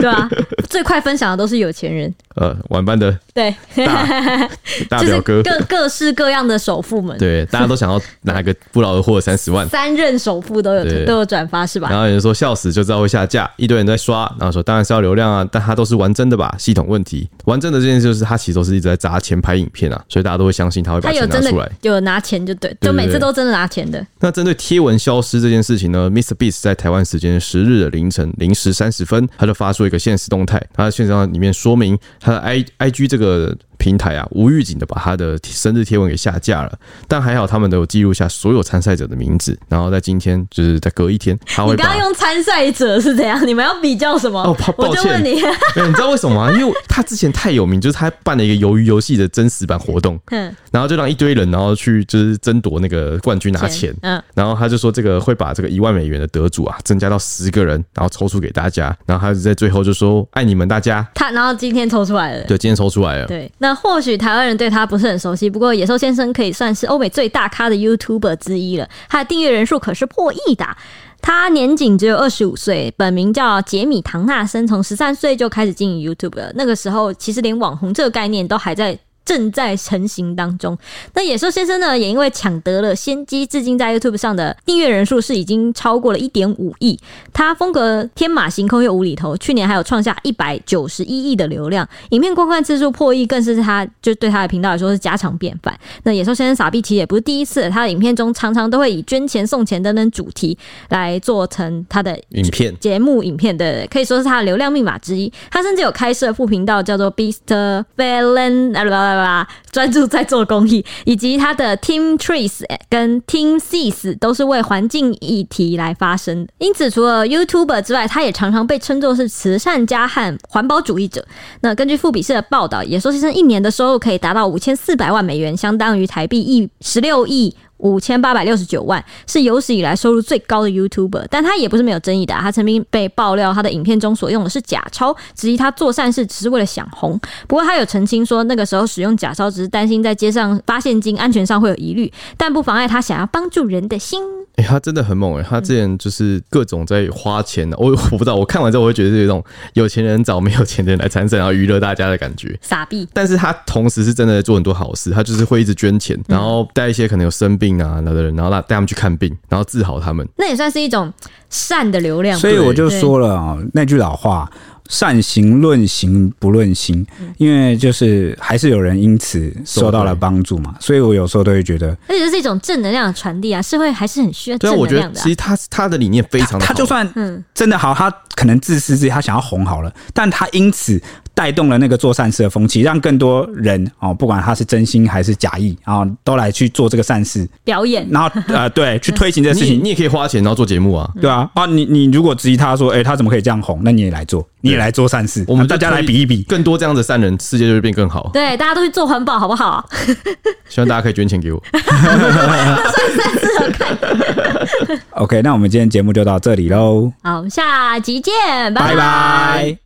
Speaker 2: 对啊，最快分享的都是有钱人，
Speaker 3: 呃，晚班的
Speaker 2: 对，
Speaker 3: 大大
Speaker 2: 就是
Speaker 3: 表哥，
Speaker 2: 各各式各样的首富们，
Speaker 3: 对，大家都想要拿个不劳而获的三十万。
Speaker 2: 三任首富都有
Speaker 3: 对
Speaker 2: 都有转发是吧？
Speaker 3: 然后有人说笑死就知道会下架，一堆人在刷，然后说当然是要流量啊，但它都是玩真的吧？系统问题，玩真的这件事就是它其实都是一直在砸钱拍影片啊，所以大家都会相信他会把
Speaker 2: 他有
Speaker 3: 钱拿
Speaker 2: 真
Speaker 3: 出
Speaker 2: 的
Speaker 3: 来。
Speaker 2: 有拿钱就对，
Speaker 3: 对
Speaker 2: 就每次
Speaker 3: 对
Speaker 2: 都真的拿钱的，
Speaker 3: 那针对贴文消失这件事情呢，Mr. Beast 在台湾时间十日的凌晨零时三十分，他就发出一个现实动态，他在现实动态里面说明他的 i i g 这个平台啊，无预警的把他的生日贴文给下架了，但还好他们都有记录下所有参赛者的名字，然后在今天就是在隔一天，他会
Speaker 2: 你
Speaker 3: 把
Speaker 2: 刚刚用参赛者是怎样？你们要比较什么？
Speaker 3: 哦抱
Speaker 2: 我
Speaker 3: 抱
Speaker 2: 就
Speaker 3: 歉
Speaker 2: 问你，
Speaker 3: 没有，你知道为什么吗？因为他之前太有名，就是他办了一个鱿鱼游戏的真实版活动，
Speaker 2: 嗯
Speaker 3: 然后就让一堆人，然后去就是争夺那个冠军拿钱。
Speaker 2: 嗯，
Speaker 3: 然后他就说，这个会把这个一万美元的得主啊，增加到十个人，然后抽出给大家。然后他就在最后就说：“爱你们大家。
Speaker 2: 他然后今天抽出来了”。
Speaker 3: 对，今啊天抽出来了。
Speaker 2: 对，那或许台湾人对他不是很熟悉，不过野兽先生可以算是欧美最大咖的 YouTuber 之一了，他的订阅人数可是破亿的啊。他年仅只有二十五岁，本名叫杰米·唐纳森，从十三岁就开始经营 YouTube 了。那个时候，其实连网红这个概念都还在正在成型当中。那野兽先生呢，也因为抢得了先机，至今在 YouTube 上的订阅人数是已经超过了一点五亿。他风格天马行空又无厘头，去年还有创下一百九十一亿的流量，影片观看次数破亿，更是他就对他的频道来说是家常便饭。那野兽先生傻逼其实也不是第一次，他的影片中常常都会以捐钱、送钱等等主题来做成他的
Speaker 3: 影片
Speaker 2: 节目影片的，可以说是他的流量密码之一。他甚至有开设副频道，叫做 Beast Valen，啊啦啦啦啦，专注在做公益，以及他的 Team Trees 跟 Team Seas 都是为环境议题来发声。因此，除了 YouTuber 之外，他也常常被称作是慈善家和环保主义者。那根据富比社的报道，野兽先生一年的收入可以达到五千四百万美元，相当于台币一十六亿。五千八百六十九万是有史以来收入最高的 YouTuber，但他也不是没有争议的、啊。他曾经被爆料他的影片中所用的是假钞，质疑他做善事只是为了想红。不过他有澄清说，那个时候使用假钞只是担心在街上发现金安全上会有疑虑，但不妨碍他想要帮助人的心。
Speaker 3: 哎、他真的很猛哎、他之前就是各种在花钱的、我我不知道，我看完之后我会觉得是有一种有钱人找没有钱的人来参政，然后娱乐大家的感觉。
Speaker 2: 傻逼，
Speaker 3: 但是他同时是真的在做很多好事，他就是会一直捐钱，然后带一些可能有生病啊那的人，然后带带他们去看病，然后治好他们。
Speaker 2: 那也算是一种善的流量吧。
Speaker 1: 所以我就说了啊、那句老话。善行论行不论心，
Speaker 2: 嗯
Speaker 1: 因为就是还是有人因此受到了帮助嘛，所以我有时候都会觉得，
Speaker 2: 而且这是一种正能量的传递啊，社会还是很需要
Speaker 3: 对
Speaker 2: 正
Speaker 3: 啊，我
Speaker 2: 能
Speaker 3: 觉得
Speaker 2: 量的啊、
Speaker 3: 其实他他的理念非常的好，
Speaker 1: 他就算
Speaker 2: 嗯
Speaker 1: 真的好，他可能自私自己，他想要红好了，但他因此带动了那个做善事的风气，让更多人哦，不管他是真心还是假意，然、后都来去做这个善事，
Speaker 2: 表演
Speaker 1: 然后呃，对，去推行这个事
Speaker 3: 你也
Speaker 1: 情
Speaker 3: 你，也可以花钱然后做节目啊。
Speaker 1: 对啊，啊，你你如果质疑他说，哎、他怎么可以这样红？那你也来做，你也来做善事，
Speaker 3: 我们
Speaker 1: 啊大家来比一比。
Speaker 3: 更多这样的善人，世界就会变更好。
Speaker 2: 对，大家都去做环保，好不好？
Speaker 3: 希望大家可以捐钱给我。
Speaker 1: OK，那我们今天节目就到这里喽，
Speaker 2: 好，我们下集见，拜
Speaker 1: 拜拜